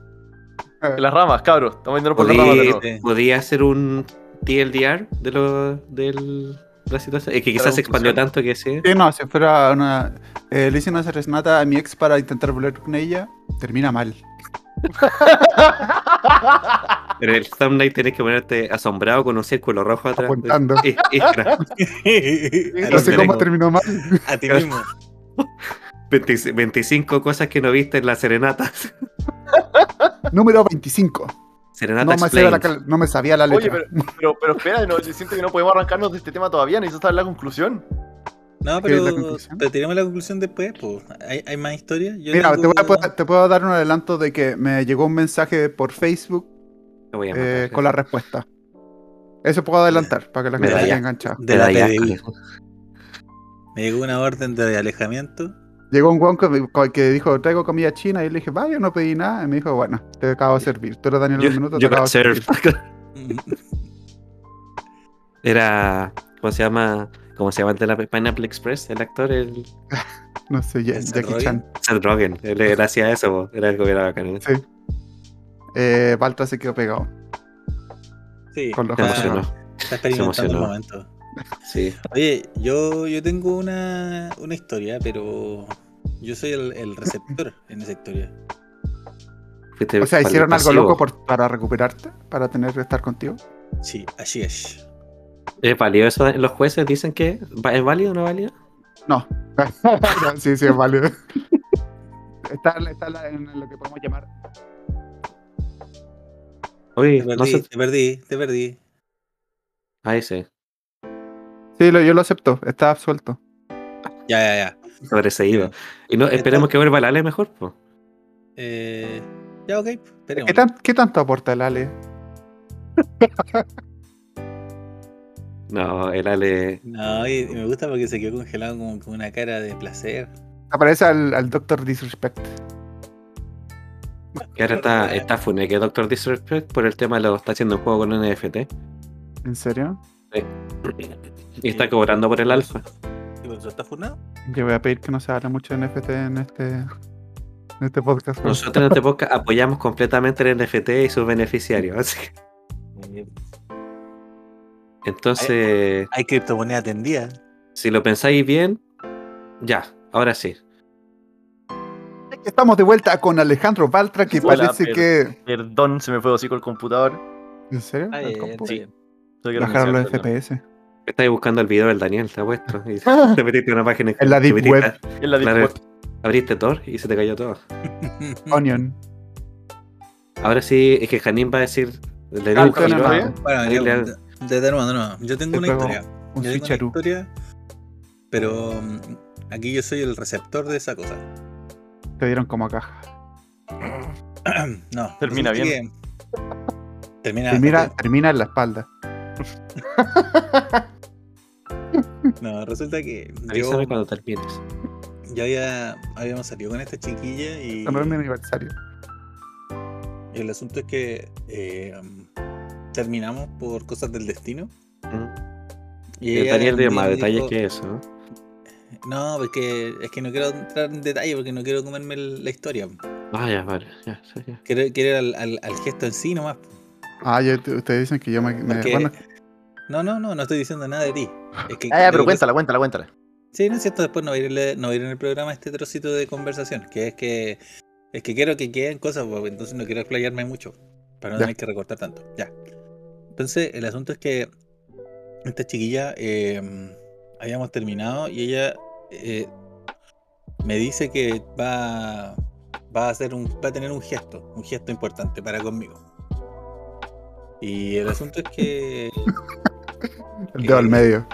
Speaker 2: En Las ramas, cabros. Estamos yendo por las ramas de
Speaker 3: Podí-
Speaker 2: nuevo.
Speaker 5: pero no.
Speaker 3: podía hacer un TLDR de lo del la situación. Es que quizás se expandió
Speaker 2: conclusión.
Speaker 3: tanto que sí.
Speaker 1: Sí, no, si fuera una. Eh, le hice una serenata a mi ex para intentar volver con ella. Termina mal.
Speaker 3: En el thumbnail tenés que ponerte asombrado con un círculo rojo atrás.
Speaker 1: Apuntando.
Speaker 3: Y- y- claro,
Speaker 1: No sé cómo terminó mal.
Speaker 5: A ti mismo.
Speaker 3: 20 25 cosas que no viste en la serenata.
Speaker 1: Número 25.
Speaker 3: Serenata
Speaker 1: No me, sabía la,
Speaker 3: explained.
Speaker 1: cal- no me sabía la letra.
Speaker 2: Oye, pero, pero, pero espera, no, yo siento que no podemos arrancarnos de este tema todavía. Necesito saber la conclusión.
Speaker 5: No,
Speaker 1: ¿Qué es la
Speaker 5: pero
Speaker 1: conclusión?
Speaker 5: te tiramos la conclusión después. po. ¿Hay, ¿Hay más historia? Yo
Speaker 1: Mira,
Speaker 5: tengo-
Speaker 1: te, voy a poder- te puedo dar un adelanto de que me llegó un mensaje por Facebook
Speaker 3: Te voy a matar,
Speaker 1: eh,
Speaker 3: sí.
Speaker 1: con la respuesta. Eso puedo adelantar para que la gente
Speaker 3: Medalla.
Speaker 1: se quede enganchada.
Speaker 5: de
Speaker 3: Te
Speaker 5: la
Speaker 3: da ya.
Speaker 5: PDI. Me llegó una orden de alejamiento.
Speaker 1: Llegó un guan que, me- co- que dijo, traigo comida china, y yo le dije, vaya, no pedí nada. Y me dijo, bueno, te acabo de servir. Tú eres Daniel
Speaker 3: Yo-
Speaker 1: un minuto, te
Speaker 3: yo
Speaker 1: acabo de
Speaker 3: serve.
Speaker 1: servir.
Speaker 3: Era. ¿Cómo se llama? ¿Cómo se llama el de la Pineapple Express? El actor, el
Speaker 1: No sé, ya-
Speaker 5: ¿El Seth
Speaker 1: Jackie Chan.
Speaker 3: Seth Rogen. Él, él hacía eso, po. era algo que era bacán.
Speaker 1: Sí. Eh, Baltra se quedó pegado.
Speaker 5: Sí,
Speaker 1: Con los
Speaker 3: Se
Speaker 5: está,
Speaker 3: emocionó.
Speaker 5: está experimentando el
Speaker 3: emocionó.
Speaker 5: momento.
Speaker 3: Sí.
Speaker 5: Oye, yo, yo tengo una, una historia, pero yo soy el, el receptor en esa historia.
Speaker 3: Fuiste
Speaker 1: O sea,
Speaker 3: pal-
Speaker 1: ¿hicieron algo
Speaker 3: pasivo.
Speaker 1: loco por- para recuperarte? ¿Para tener que estar contigo?
Speaker 5: Sí, así es.
Speaker 3: ¿Es válido eso? ¿Los jueces dicen que va- es válido o no válido?
Speaker 1: No, sí, sí, es válido. Está, está la- en lo que podemos llamar.
Speaker 3: Uy,
Speaker 5: Te
Speaker 3: no
Speaker 5: perdí,
Speaker 3: sé.
Speaker 5: te perdí, te perdí.
Speaker 3: Ahí sí.
Speaker 1: Sí, lo- yo lo acepto, está absuelto.
Speaker 5: Ya, ya, ya.
Speaker 3: Sobreseído. Y no, esperemos que vuelva el Ale mejor, pues.
Speaker 5: Eh, ya, ok. Esperemos.
Speaker 1: ¿Qué, tan- qué tanto aporta el Ale?
Speaker 3: No, el Ale.
Speaker 5: No, y, y me gusta porque se quedó congelado con, con una cara de placer.
Speaker 1: Aparece al, al Doctor Disrespect.
Speaker 3: Que ahora está, está Fune, que Doctor Disrespect por el tema lo está haciendo un juego con NFT.
Speaker 1: ¿En serio?
Speaker 3: Y está cobrando por el alfa.
Speaker 5: ¿Y por eso está funado?
Speaker 1: Yo voy a pedir que no se hable mucho de NFT en este, en este podcast. por favor.
Speaker 3: Nosotros en este podcast apoyamos completamente el NFT y sus beneficiarios. así que-
Speaker 1: Eh,
Speaker 3: Entonces,
Speaker 5: Hay criptomonedas tendidas.
Speaker 3: si lo pensáis bien, ya, ahora sí.
Speaker 1: Estamos de vuelta con Alejandro Baltra, que
Speaker 2: Hola,
Speaker 1: parece
Speaker 2: Pedro.
Speaker 1: que.
Speaker 2: Perdón, se me fue así con el computador.
Speaker 1: ¿En serio?
Speaker 5: Ah,
Speaker 1: El
Speaker 5: ya,
Speaker 1: compu-
Speaker 5: está bien.
Speaker 2: Soy
Speaker 1: Bajaron los
Speaker 2: renunciante,
Speaker 1: FPS.
Speaker 3: Estáis buscando el video del Daniel, te apuesto. Y
Speaker 1: Ah.
Speaker 3: te metiste en una página.
Speaker 1: En la
Speaker 3: te
Speaker 1: deep
Speaker 3: metiste-
Speaker 1: web.
Speaker 2: ¿no? Es la
Speaker 3: claro,
Speaker 2: Discord.
Speaker 3: abriste Tor y se te cayó todo.
Speaker 1: Onion.
Speaker 3: Ahora sí, es que Janine va a decir. Le
Speaker 1: Ah,
Speaker 3: digo que
Speaker 1: bueno,
Speaker 3: no,
Speaker 1: ¿no?
Speaker 5: Bueno,
Speaker 3: Ahí
Speaker 5: yo,
Speaker 3: le-
Speaker 5: de, de nuevo, de nuevo. Yo tengo
Speaker 1: Te
Speaker 5: una
Speaker 1: pego
Speaker 5: historia.
Speaker 1: Un
Speaker 5: Yo tengo una
Speaker 1: switcheroo.
Speaker 5: historia, pero mm, aquí yo soy el receptor de esa cosa.
Speaker 1: Te dieron como caja.
Speaker 5: no.
Speaker 2: Termina
Speaker 5: resulta que- Termina.
Speaker 1: Termina, termina en la espalda.
Speaker 5: No, resulta que yo,
Speaker 3: Avísame cuando termines.
Speaker 5: yo había, habíamos salido con esta chiquilla y,
Speaker 1: También es mi aniversario.
Speaker 5: y el asunto es que eh, terminamos por cosas del destino.
Speaker 3: Mm.
Speaker 5: Y
Speaker 3: El
Speaker 5: ella
Speaker 3: Daniel dio
Speaker 5: me
Speaker 3: más
Speaker 5: dijo-
Speaker 3: detalles que eso. ¿no?
Speaker 5: No, porque es que no quiero entrar en detalle porque no quiero comerme el- la historia.
Speaker 3: Ah, ya, vale. Ya, ya, ya.
Speaker 5: Quiero, quiero ir al, al- al gesto en sí nomás.
Speaker 1: Ah, yo- t- ustedes dicen que yo me. me-
Speaker 5: Porque...
Speaker 1: bueno,
Speaker 5: No, no, no, no estoy diciendo nada de ti. Es que
Speaker 2: Ah, ya, pero
Speaker 5: creo que-
Speaker 2: cuéntala, cuéntala, cuéntala.
Speaker 5: Sí, no es cierto, después no va a ir, el- no va a ir en el programa este trocito de conversación, que es que es que quiero que queden cosas, porque entonces no quiero explayarme mucho, para no
Speaker 1: Ya.
Speaker 5: tener que recortar tanto. Ya. Entonces, el asunto es que esta chiquilla eh, habíamos terminado y ella eh, me dice que va, va a hacer un, va a tener un gesto, un gesto importante para conmigo. Y el asunto es que
Speaker 1: el dedo al
Speaker 5: eh,
Speaker 1: medio.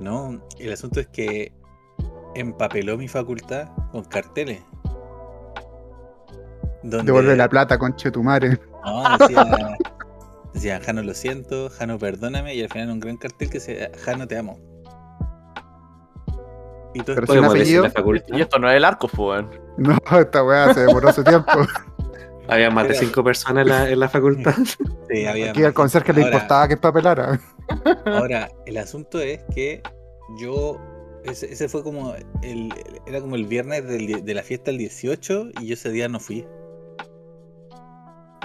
Speaker 5: No, el asunto es que empapeló mi facultad con carteles. Donde
Speaker 1: Devuelve la plata, conche tu madre.
Speaker 5: no, decía, decía, Jano, lo siento, Jano, perdóname, y al final un gran cartel que decía, Jano, te amo. Y
Speaker 1: Pero
Speaker 5: todo esto-
Speaker 1: sin
Speaker 3: Podemos decir
Speaker 1: apellido.
Speaker 3: la facultad.
Speaker 2: Y esto no es el arco, po, weón.
Speaker 1: No, esta weá se demoró su tiempo.
Speaker 3: Había más de
Speaker 5: Espera.
Speaker 3: cinco personas en la, en la facultad.
Speaker 5: sí, había
Speaker 1: Aquí al
Speaker 5: más gente.
Speaker 1: conserje le
Speaker 5: Ahora-
Speaker 1: importaba que papelara.
Speaker 5: Ahora, el asunto es que yo. Ese, ese fue como. El, era como el viernes del die- de la fiesta del 18 y yo ese día no fui.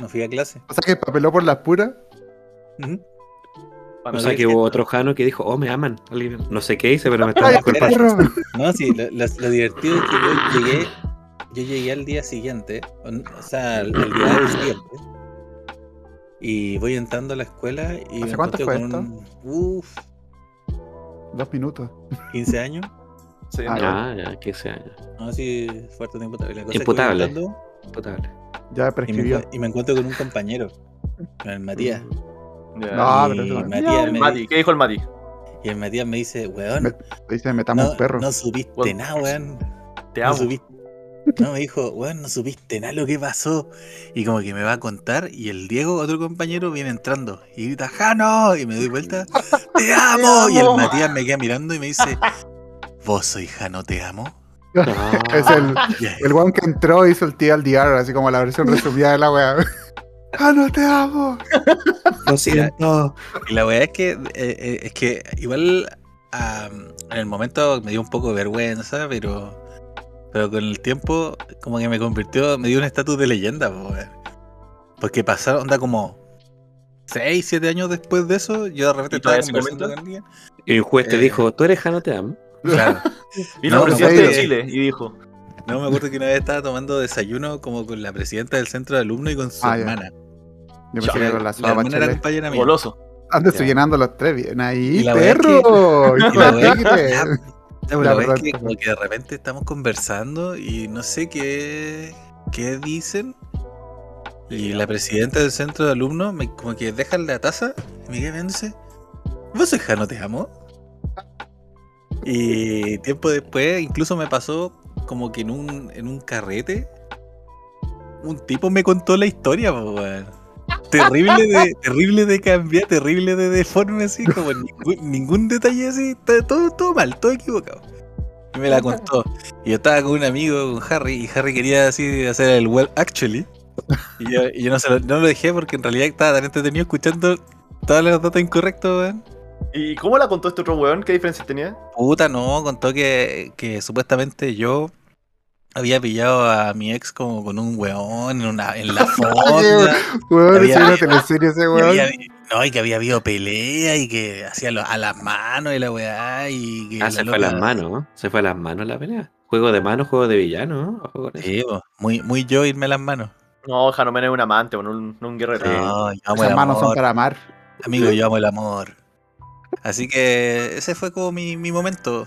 Speaker 5: No fui a clase.
Speaker 1: O sea que papeló por las puras.
Speaker 5: Ujú.
Speaker 2: Para
Speaker 3: O sea
Speaker 2: mí,
Speaker 3: que hubo otro Jano que dijo, oh, me aman. Alguien- No sé qué hice, pero me están
Speaker 1: ¡Ay,
Speaker 5: espera.
Speaker 3: disculpando.
Speaker 1: perro!
Speaker 5: No, sí, lo, lo- lo divertido es que yo llegué, yo llegué al día siguiente, o n- o sea, al, al día del siguiente, y voy entrando a la escuela y
Speaker 1: ¿Hace cuánto fue esto?
Speaker 5: un, uff,
Speaker 1: Dos minutos.
Speaker 5: 15 años,
Speaker 2: sí,
Speaker 1: Ah,
Speaker 2: no.
Speaker 3: Ah, ya, 15 años.
Speaker 5: no, sí, fue harto tiempo también. La cosa es que voy
Speaker 3: Imputable.
Speaker 5: entrando
Speaker 3: Potable.
Speaker 1: Ya
Speaker 5: y, me,
Speaker 1: prescribió.
Speaker 5: encu- y me encuentro con un compañero, con el Matías,
Speaker 2: Ya.
Speaker 1: No,
Speaker 5: y
Speaker 1: Ah, pero eso también.
Speaker 5: Matías
Speaker 2: El
Speaker 5: me-
Speaker 2: Mati, ¿qué dijo el Mati?
Speaker 5: y el Matías me dice, weón,
Speaker 1: Me- Dice, metamos
Speaker 5: no,
Speaker 1: un perro.
Speaker 5: no subiste
Speaker 2: Weón.
Speaker 5: nada, weón.
Speaker 2: Te
Speaker 5: no
Speaker 2: amo.
Speaker 5: supiste. No, me dijo, weón, no supiste nada lo que pasó. Y como que me va a contar. Y el Diego, otro compañero, viene entrando. Y grita, ¡Jano! Y me doy vuelta, ¡Te amo! Y el Matías me queda mirando y me dice, ¿Vos soy Jano, te amo?
Speaker 1: Es el,
Speaker 5: Y ahí-
Speaker 1: el weón que entró hizo el TLDR, así como la versión resumida de la weá. ¡Ah, no te amo!
Speaker 3: Lo siento.
Speaker 5: Y la verdad es que, eh, eh, es que igual am, en el momento me dio un poco de vergüenza, pero, pero con el tiempo como que me convirtió, me dio un estatus de leyenda. po, weón. Porque pasaron, onda como 6, 7 años después de eso, yo de repente
Speaker 2: ¿Y
Speaker 5: estaba
Speaker 2: todavía se
Speaker 5: conversando
Speaker 2: comenta?
Speaker 5: con alguien.
Speaker 3: Y un juez te
Speaker 5: Eh.
Speaker 3: dijo, tú eres Jano, te amo.
Speaker 5: Claro.
Speaker 2: Vino
Speaker 5: No,
Speaker 2: el presidente
Speaker 1: no,
Speaker 2: de
Speaker 1: sí.
Speaker 2: Chile y dijo:
Speaker 5: No, me acuerdo que una vez estaba tomando desayuno como con la presidenta del centro de alumnos y con su
Speaker 1: Ah, ya.
Speaker 5: hermana.
Speaker 1: Yo pensé que era la sopa
Speaker 5: hermana era
Speaker 1: chile.
Speaker 5: compañera mía.
Speaker 2: Goloso.
Speaker 1: Antes
Speaker 5: Ya.
Speaker 1: subiendo los tres, bien ahí,
Speaker 5: Y la verdad
Speaker 1: perro.
Speaker 5: Y la verdad que-
Speaker 1: Increíble.
Speaker 5: Ya, pero Ah, la
Speaker 1: La
Speaker 5: verdad es
Speaker 1: verdad
Speaker 5: que
Speaker 1: es que-
Speaker 5: como que de repente estamos conversando y no sé qué, qué dicen. Y la presidenta del centro de alumnos me, como que deja la taza y me queda viéndose. ¿Vos sos Jano, te amo? Y tiempo después incluso me pasó como que en un, en un carrete un tipo me contó la historia, po, weón. Terrible de, terrible de cambiar, terrible de deforme así, como ningún, ningún detalle así, está todo, todo mal, todo equivocado. Y me la contó. Y yo estaba con un amigo, con Harry, y Harry quería así hacer el well actually. Y yo, y yo no, se lo, no lo dejé porque en realidad estaba tan entretenido escuchando todos los datos incorrectos, weón.
Speaker 2: ¿Y cómo la contó este otro weón? ¿Qué diferencia tenía?
Speaker 5: Puta, no, contó que, que supuestamente yo había pillado a mi ex como con un weón en, una, en la fonda.
Speaker 1: Weón,
Speaker 5: Había-
Speaker 1: es una teleserie ese
Speaker 5: Y
Speaker 1: weón.
Speaker 5: había- no, y que había habido pelea y que hacía lo- a las manos y la weá. Y que
Speaker 3: Ah,
Speaker 5: la
Speaker 3: se fue a las
Speaker 5: loca-
Speaker 3: manos, ¿no? Se fue a las manos la pelea. Juego de manos, juego de villano, ¿no? Ojo con eso.
Speaker 5: Sí, po, muy, muy yo irme a las manos.
Speaker 2: No, Hanomena es un amante, bueno, un- no un guerrero.
Speaker 3: Sí.
Speaker 5: No, yo amo el
Speaker 1: Esas manos son
Speaker 5: amor.
Speaker 1: para amar.
Speaker 5: Amigo, yo amo el amor. Así que ese fue como mi, mi momento.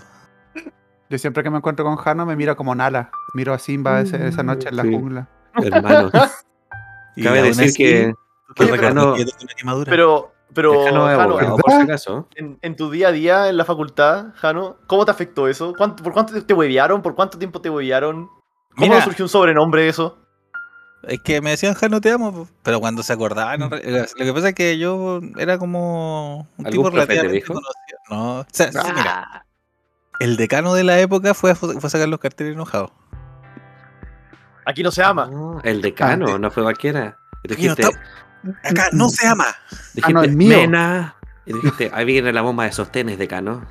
Speaker 1: Yo siempre que me encuentro con Jano me miro como Nala. Miro a Simba ese- esa noche en la
Speaker 3: Sí.
Speaker 1: jungla.
Speaker 3: Hermano.
Speaker 5: Y
Speaker 3: Cabe
Speaker 5: aún
Speaker 3: decir
Speaker 5: así,
Speaker 3: que.
Speaker 5: quiero
Speaker 3: que
Speaker 5: recordar
Speaker 3: Jano-
Speaker 5: que yo tengo una quemadura.
Speaker 2: Pero, pero
Speaker 3: que Jano es
Speaker 2: Jano,
Speaker 3: abogado,
Speaker 1: ¿verdad?
Speaker 3: por si acaso.
Speaker 2: en, en tu día a día en la facultad, Jano, ¿cómo te afectó eso? ¿Cuánto- ¿Por cuánto te- te huevearon? ¿Por cuánto tiempo te huevearon? ¿Cómo
Speaker 5: Mira.
Speaker 2: surgió un sobrenombre de eso?
Speaker 5: Es que me decían, Jano, te amo, po", pero cuando se acordaban, en realidad- lo que pasa es que yo era como un
Speaker 3: ¿Algún
Speaker 5: tipo
Speaker 3: profe te
Speaker 5: relativamente
Speaker 3: dijo?
Speaker 5: conocido. No, o sea, sí, mira,
Speaker 1: Ah.
Speaker 5: el decano de la época fue a, fue a sacar los carteles enojados.
Speaker 2: Aquí no se ama.
Speaker 3: Ah, el decano,
Speaker 1: Ah,
Speaker 3: no fue cualquiera. Y tú
Speaker 5: Aquí no
Speaker 3: dijiste,
Speaker 5: está- Acá no se ama.
Speaker 1: Ah,
Speaker 3: dijiste
Speaker 1: no, es mío.
Speaker 3: nena. Y tú dijiste, ahí viene la bomba de sostenes, decano.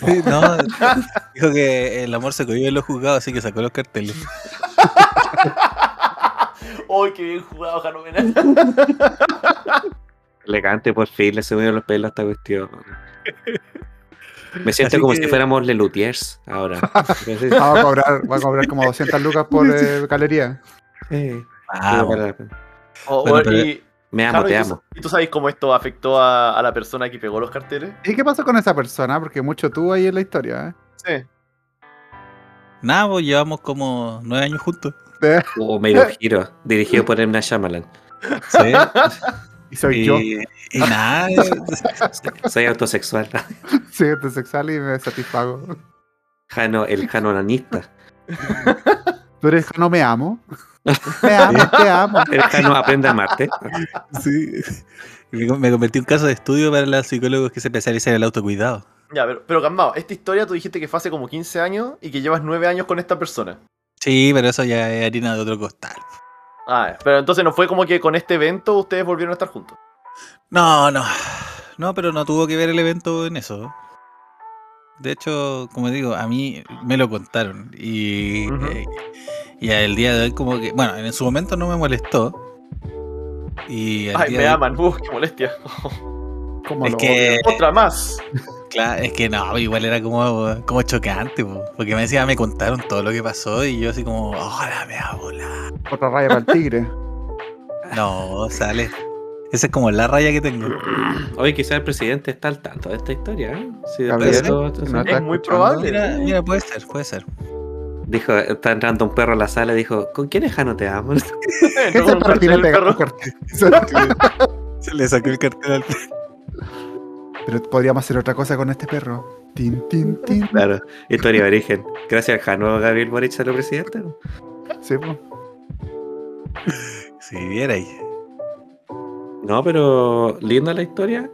Speaker 5: No, dijo que el amor se cogió en los juzgados, así que sacó los carteles.
Speaker 2: ¡Ay, qué bien jugado, Hanomena!
Speaker 3: Elegante, pues, por fin, le subieron los pelos a esta cuestión. Me siento
Speaker 5: Así
Speaker 3: como
Speaker 5: que-
Speaker 3: si fuéramos Lelutiers ahora.
Speaker 1: Ah, va a cobrar, va a cobrar como 200 lucas por eh, galería.
Speaker 3: Sí.
Speaker 5: Vamos.
Speaker 2: Oh,
Speaker 5: Bueno,
Speaker 2: bueno,
Speaker 5: pero-
Speaker 2: y,
Speaker 3: Me amo,
Speaker 2: Jano,
Speaker 3: te
Speaker 2: ¿y tú-
Speaker 3: amo.
Speaker 2: ¿Y tú sabes cómo esto afectó a, a la persona que pegó los carteles?
Speaker 1: ¿Y qué pasó con esa persona? Porque mucho tú ahí en la historia. ¿eh?
Speaker 2: Sí.
Speaker 5: Nada, pues llevamos como nueve años juntos.
Speaker 1: ¿eh?
Speaker 3: O me dio giro, dirigido por Emna Shyamalan.
Speaker 5: Sí.
Speaker 1: Y soy
Speaker 5: y,
Speaker 1: yo.
Speaker 5: y nada, eh,
Speaker 3: Soy autosexual.
Speaker 1: Soy heterosexual y me satisfago.
Speaker 3: Jano, el janonanista.
Speaker 1: Tú eres Jano, me amo. Me amo, te amo.
Speaker 3: El Jano aprende a amarte.
Speaker 5: sí. Me me convertí en un caso de estudio para los psicólogos que se especializan en el autocuidado.
Speaker 2: Ya, pero, pero calmado, esta historia tú dijiste que fue hace como 15 años y que llevas 9 años con esta persona.
Speaker 5: Sí, pero eso ya es harina de otro costal.
Speaker 2: Ah, ya. pero entonces no fue como que con este evento ustedes volvieron a estar juntos.
Speaker 5: No, no. No, pero no tuvo que ver el evento en eso. De hecho, como digo, a mí me lo contaron. Y,
Speaker 2: Ujú.
Speaker 5: eh, y al día de hoy, como que. Bueno, en su momento no me molestó. Y al
Speaker 2: Ay,
Speaker 5: día
Speaker 2: me
Speaker 5: de hoy-
Speaker 2: aman, ¡uh, qué molestia.
Speaker 1: Como
Speaker 5: Es
Speaker 1: lo
Speaker 5: que,
Speaker 2: Otra más.
Speaker 5: cla- es que no, igual era como, como chocante, po, porque me decía, "Ah, me contaron todo lo que pasó y yo así como, hola, me abola.
Speaker 1: odio. Otra raya para el tigre.
Speaker 5: No, sale. Esa es como la raya que tengo.
Speaker 3: Hoy quizás el presidente está al tanto de esta historia. ¿eh? Sí,
Speaker 1: Gabriel,
Speaker 3: después de todo esto,
Speaker 1: ¿no
Speaker 3: sí.
Speaker 1: está
Speaker 2: Es muy
Speaker 1: escuchando?
Speaker 2: probable.
Speaker 5: Mira, mira, puede ser, puede ser.
Speaker 3: Dijo, está entrando un perro a la sala y dijo, ¿con quién es Jano te amo?
Speaker 1: ¿Qué
Speaker 2: Entró
Speaker 1: se
Speaker 2: con un cartel
Speaker 1: pertiene
Speaker 2: Eh, el
Speaker 1: pegar
Speaker 2: perro.
Speaker 1: un cartel?
Speaker 5: Se le sacó el cartel al
Speaker 1: Pero podríamos hacer otra cosa con este perro. Tin, tin, tin.
Speaker 3: Claro, historia de origen. Gracias a Jano Gabriel Boric, a lo presidente. ¿no?
Speaker 1: Sí, po.
Speaker 5: Si vierais.
Speaker 3: No, pero linda la historia.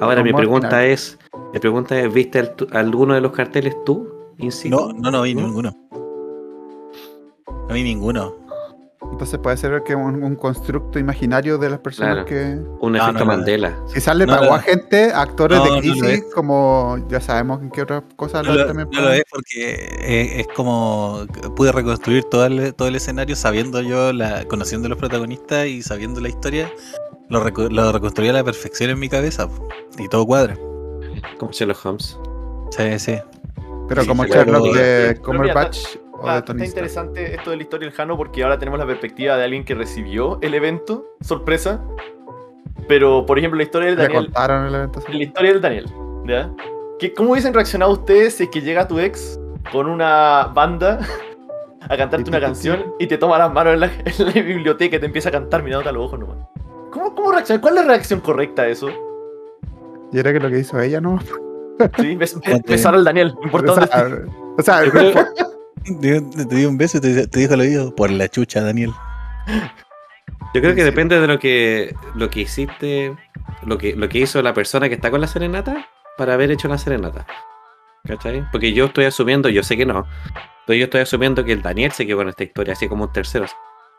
Speaker 3: Ahora
Speaker 1: Con
Speaker 3: mi
Speaker 1: Morty, claro.
Speaker 3: pregunta es, mi pregunta es, ¿viste el tu- alguno de los carteles tú?
Speaker 5: No,
Speaker 3: Insisto.
Speaker 5: no, no vi
Speaker 3: ¿No?
Speaker 5: ninguno. No vi ninguno.
Speaker 1: Entonces puede ser que un, un constructo imaginario de las personas
Speaker 3: Claro.
Speaker 1: que.
Speaker 3: Un
Speaker 5: No,
Speaker 3: efecto
Speaker 5: no, no.
Speaker 3: Mandela.
Speaker 1: Quizás le
Speaker 5: No
Speaker 1: pagó
Speaker 5: lo
Speaker 1: a
Speaker 5: es.
Speaker 1: gente, a actores
Speaker 5: No, no
Speaker 1: de
Speaker 5: lo
Speaker 1: crisis,
Speaker 5: es.
Speaker 1: como ya sabemos en qué otras cosas
Speaker 5: No
Speaker 1: lo-
Speaker 5: lo,
Speaker 1: Ah, también
Speaker 5: no lo
Speaker 1: pagan.
Speaker 5: es porque eh, es como que pude reconstruir todo el, todo el escenario sabiendo yo, la, conociendo los protagonistas y sabiendo la historia. Lo, reco- lo reconstruí a la perfección en mi cabeza po, y todo cuadra.
Speaker 3: Como Sherlock Holmes.
Speaker 5: Sí, sí.
Speaker 1: Pero
Speaker 5: Sí,
Speaker 1: como
Speaker 5: sí,
Speaker 1: Sherlock de
Speaker 5: pero-
Speaker 2: pero mira,
Speaker 1: Cumberbatch o
Speaker 2: Ah,
Speaker 1: de
Speaker 2: está
Speaker 1: Tony Stark.
Speaker 2: interesante esto de la historia del Jano porque ahora tenemos la perspectiva de alguien que recibió el evento, sorpresa, Pero, por ejemplo, la historia del
Speaker 1: Le
Speaker 2: Daniel.
Speaker 1: contaron el evento.
Speaker 2: La historia del Daniel, ¿ya? ¿Qué- ¿Cómo hubiesen reaccionado ustedes si es que llega tu ex con una banda a cantarte una canción y te toma las manos en la, en la biblioteca y te empieza a cantar mirándote a los ojos nomás? ¿Cómo, cómo reaccionar? ¿Cuál es la reacción correcta a eso?
Speaker 1: Y era que lo que hizo ella, ¿no?
Speaker 2: ¿Sí? Bes- be-
Speaker 5: Ponte-
Speaker 2: besar al Daniel, no importa
Speaker 1: o
Speaker 2: dónde esté.
Speaker 1: sea, o sea,
Speaker 5: Digo, Te, dio un beso y te, te dijo al oído, por la chucha, Daniel.
Speaker 3: Yo creo que depende de lo que, lo que hiciste, lo que, lo que hizo la persona que está con la serenata para haber hecho la serenata. ¿Cachai? Porque yo estoy asumiendo, yo sé que no, pero yo estoy asumiendo que el Daniel se quedó con esta historia, así como un tercero.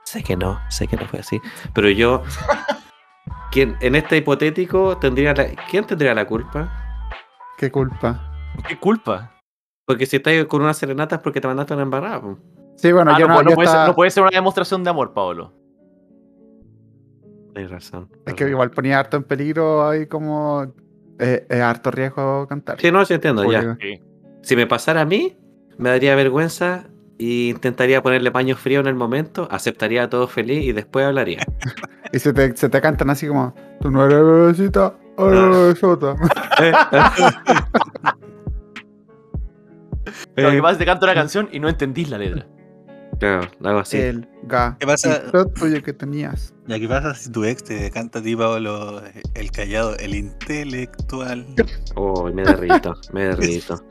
Speaker 3: Sé que no, sé que no fue así. Pero yo, ¿quién, en este hipotético, tendría la- ¿quién tendría la culpa?
Speaker 1: qué culpa.
Speaker 2: ¿Qué culpa?
Speaker 3: Porque si estás con una serenata es porque te mandaste una embarrada. po.
Speaker 1: Sí, bueno,
Speaker 2: Ah,
Speaker 1: yo
Speaker 2: no,
Speaker 1: no,
Speaker 2: pues, no
Speaker 1: yo
Speaker 2: puede ser,
Speaker 1: estaba-
Speaker 2: no puede ser una demostración de amor, Paolo.
Speaker 3: Tienes razón.
Speaker 1: Es que igual ponía harto en peligro ahí como... eh, eh, harto riesgo cantar.
Speaker 3: Sí, no, sí entiendo, ya.
Speaker 1: Porque-
Speaker 3: Si me pasara a mí, me daría vergüenza e intentaría ponerle paño frío en el momento, aceptaría a todos feliz y después hablaría.
Speaker 1: Y se te, se te cantan así como... Tú no eres bebecita,
Speaker 2: Ah.
Speaker 1: eres bebesota. Eh,
Speaker 2: Lo que pasa es que te canto una canción y no entendís la letra.
Speaker 3: Claro, hago así.
Speaker 1: El ga.
Speaker 5: ¿Qué pasa?
Speaker 1: tuyo que tenías.
Speaker 5: Ya que pasa si tu ex te canta a ti, Pablo, el callado, el intelectual.
Speaker 3: Oh, me derrito, me derrito.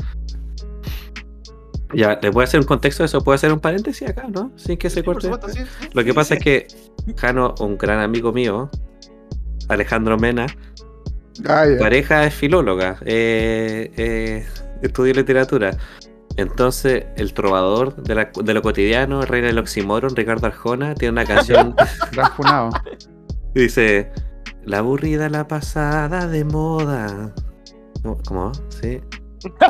Speaker 3: Ya, ¿le puedo hacer un contexto de eso? ¿Puedo hacer un paréntesis acá, no? Sin que se corte. Lo que pasa es que Jano, un gran amigo mío, Alejandro Mena,
Speaker 1: Ay,
Speaker 3: pareja es filóloga, eh, eh, estudió literatura. Entonces, el trovador de, la- de lo cotidiano, el rey del oxímoron, Ricardo Arjona, tiene una canción
Speaker 1: gran funado.
Speaker 3: que dice: La aburrida, la pasada de moda. ¿Cómo? ¿Cómo? ¿Sí?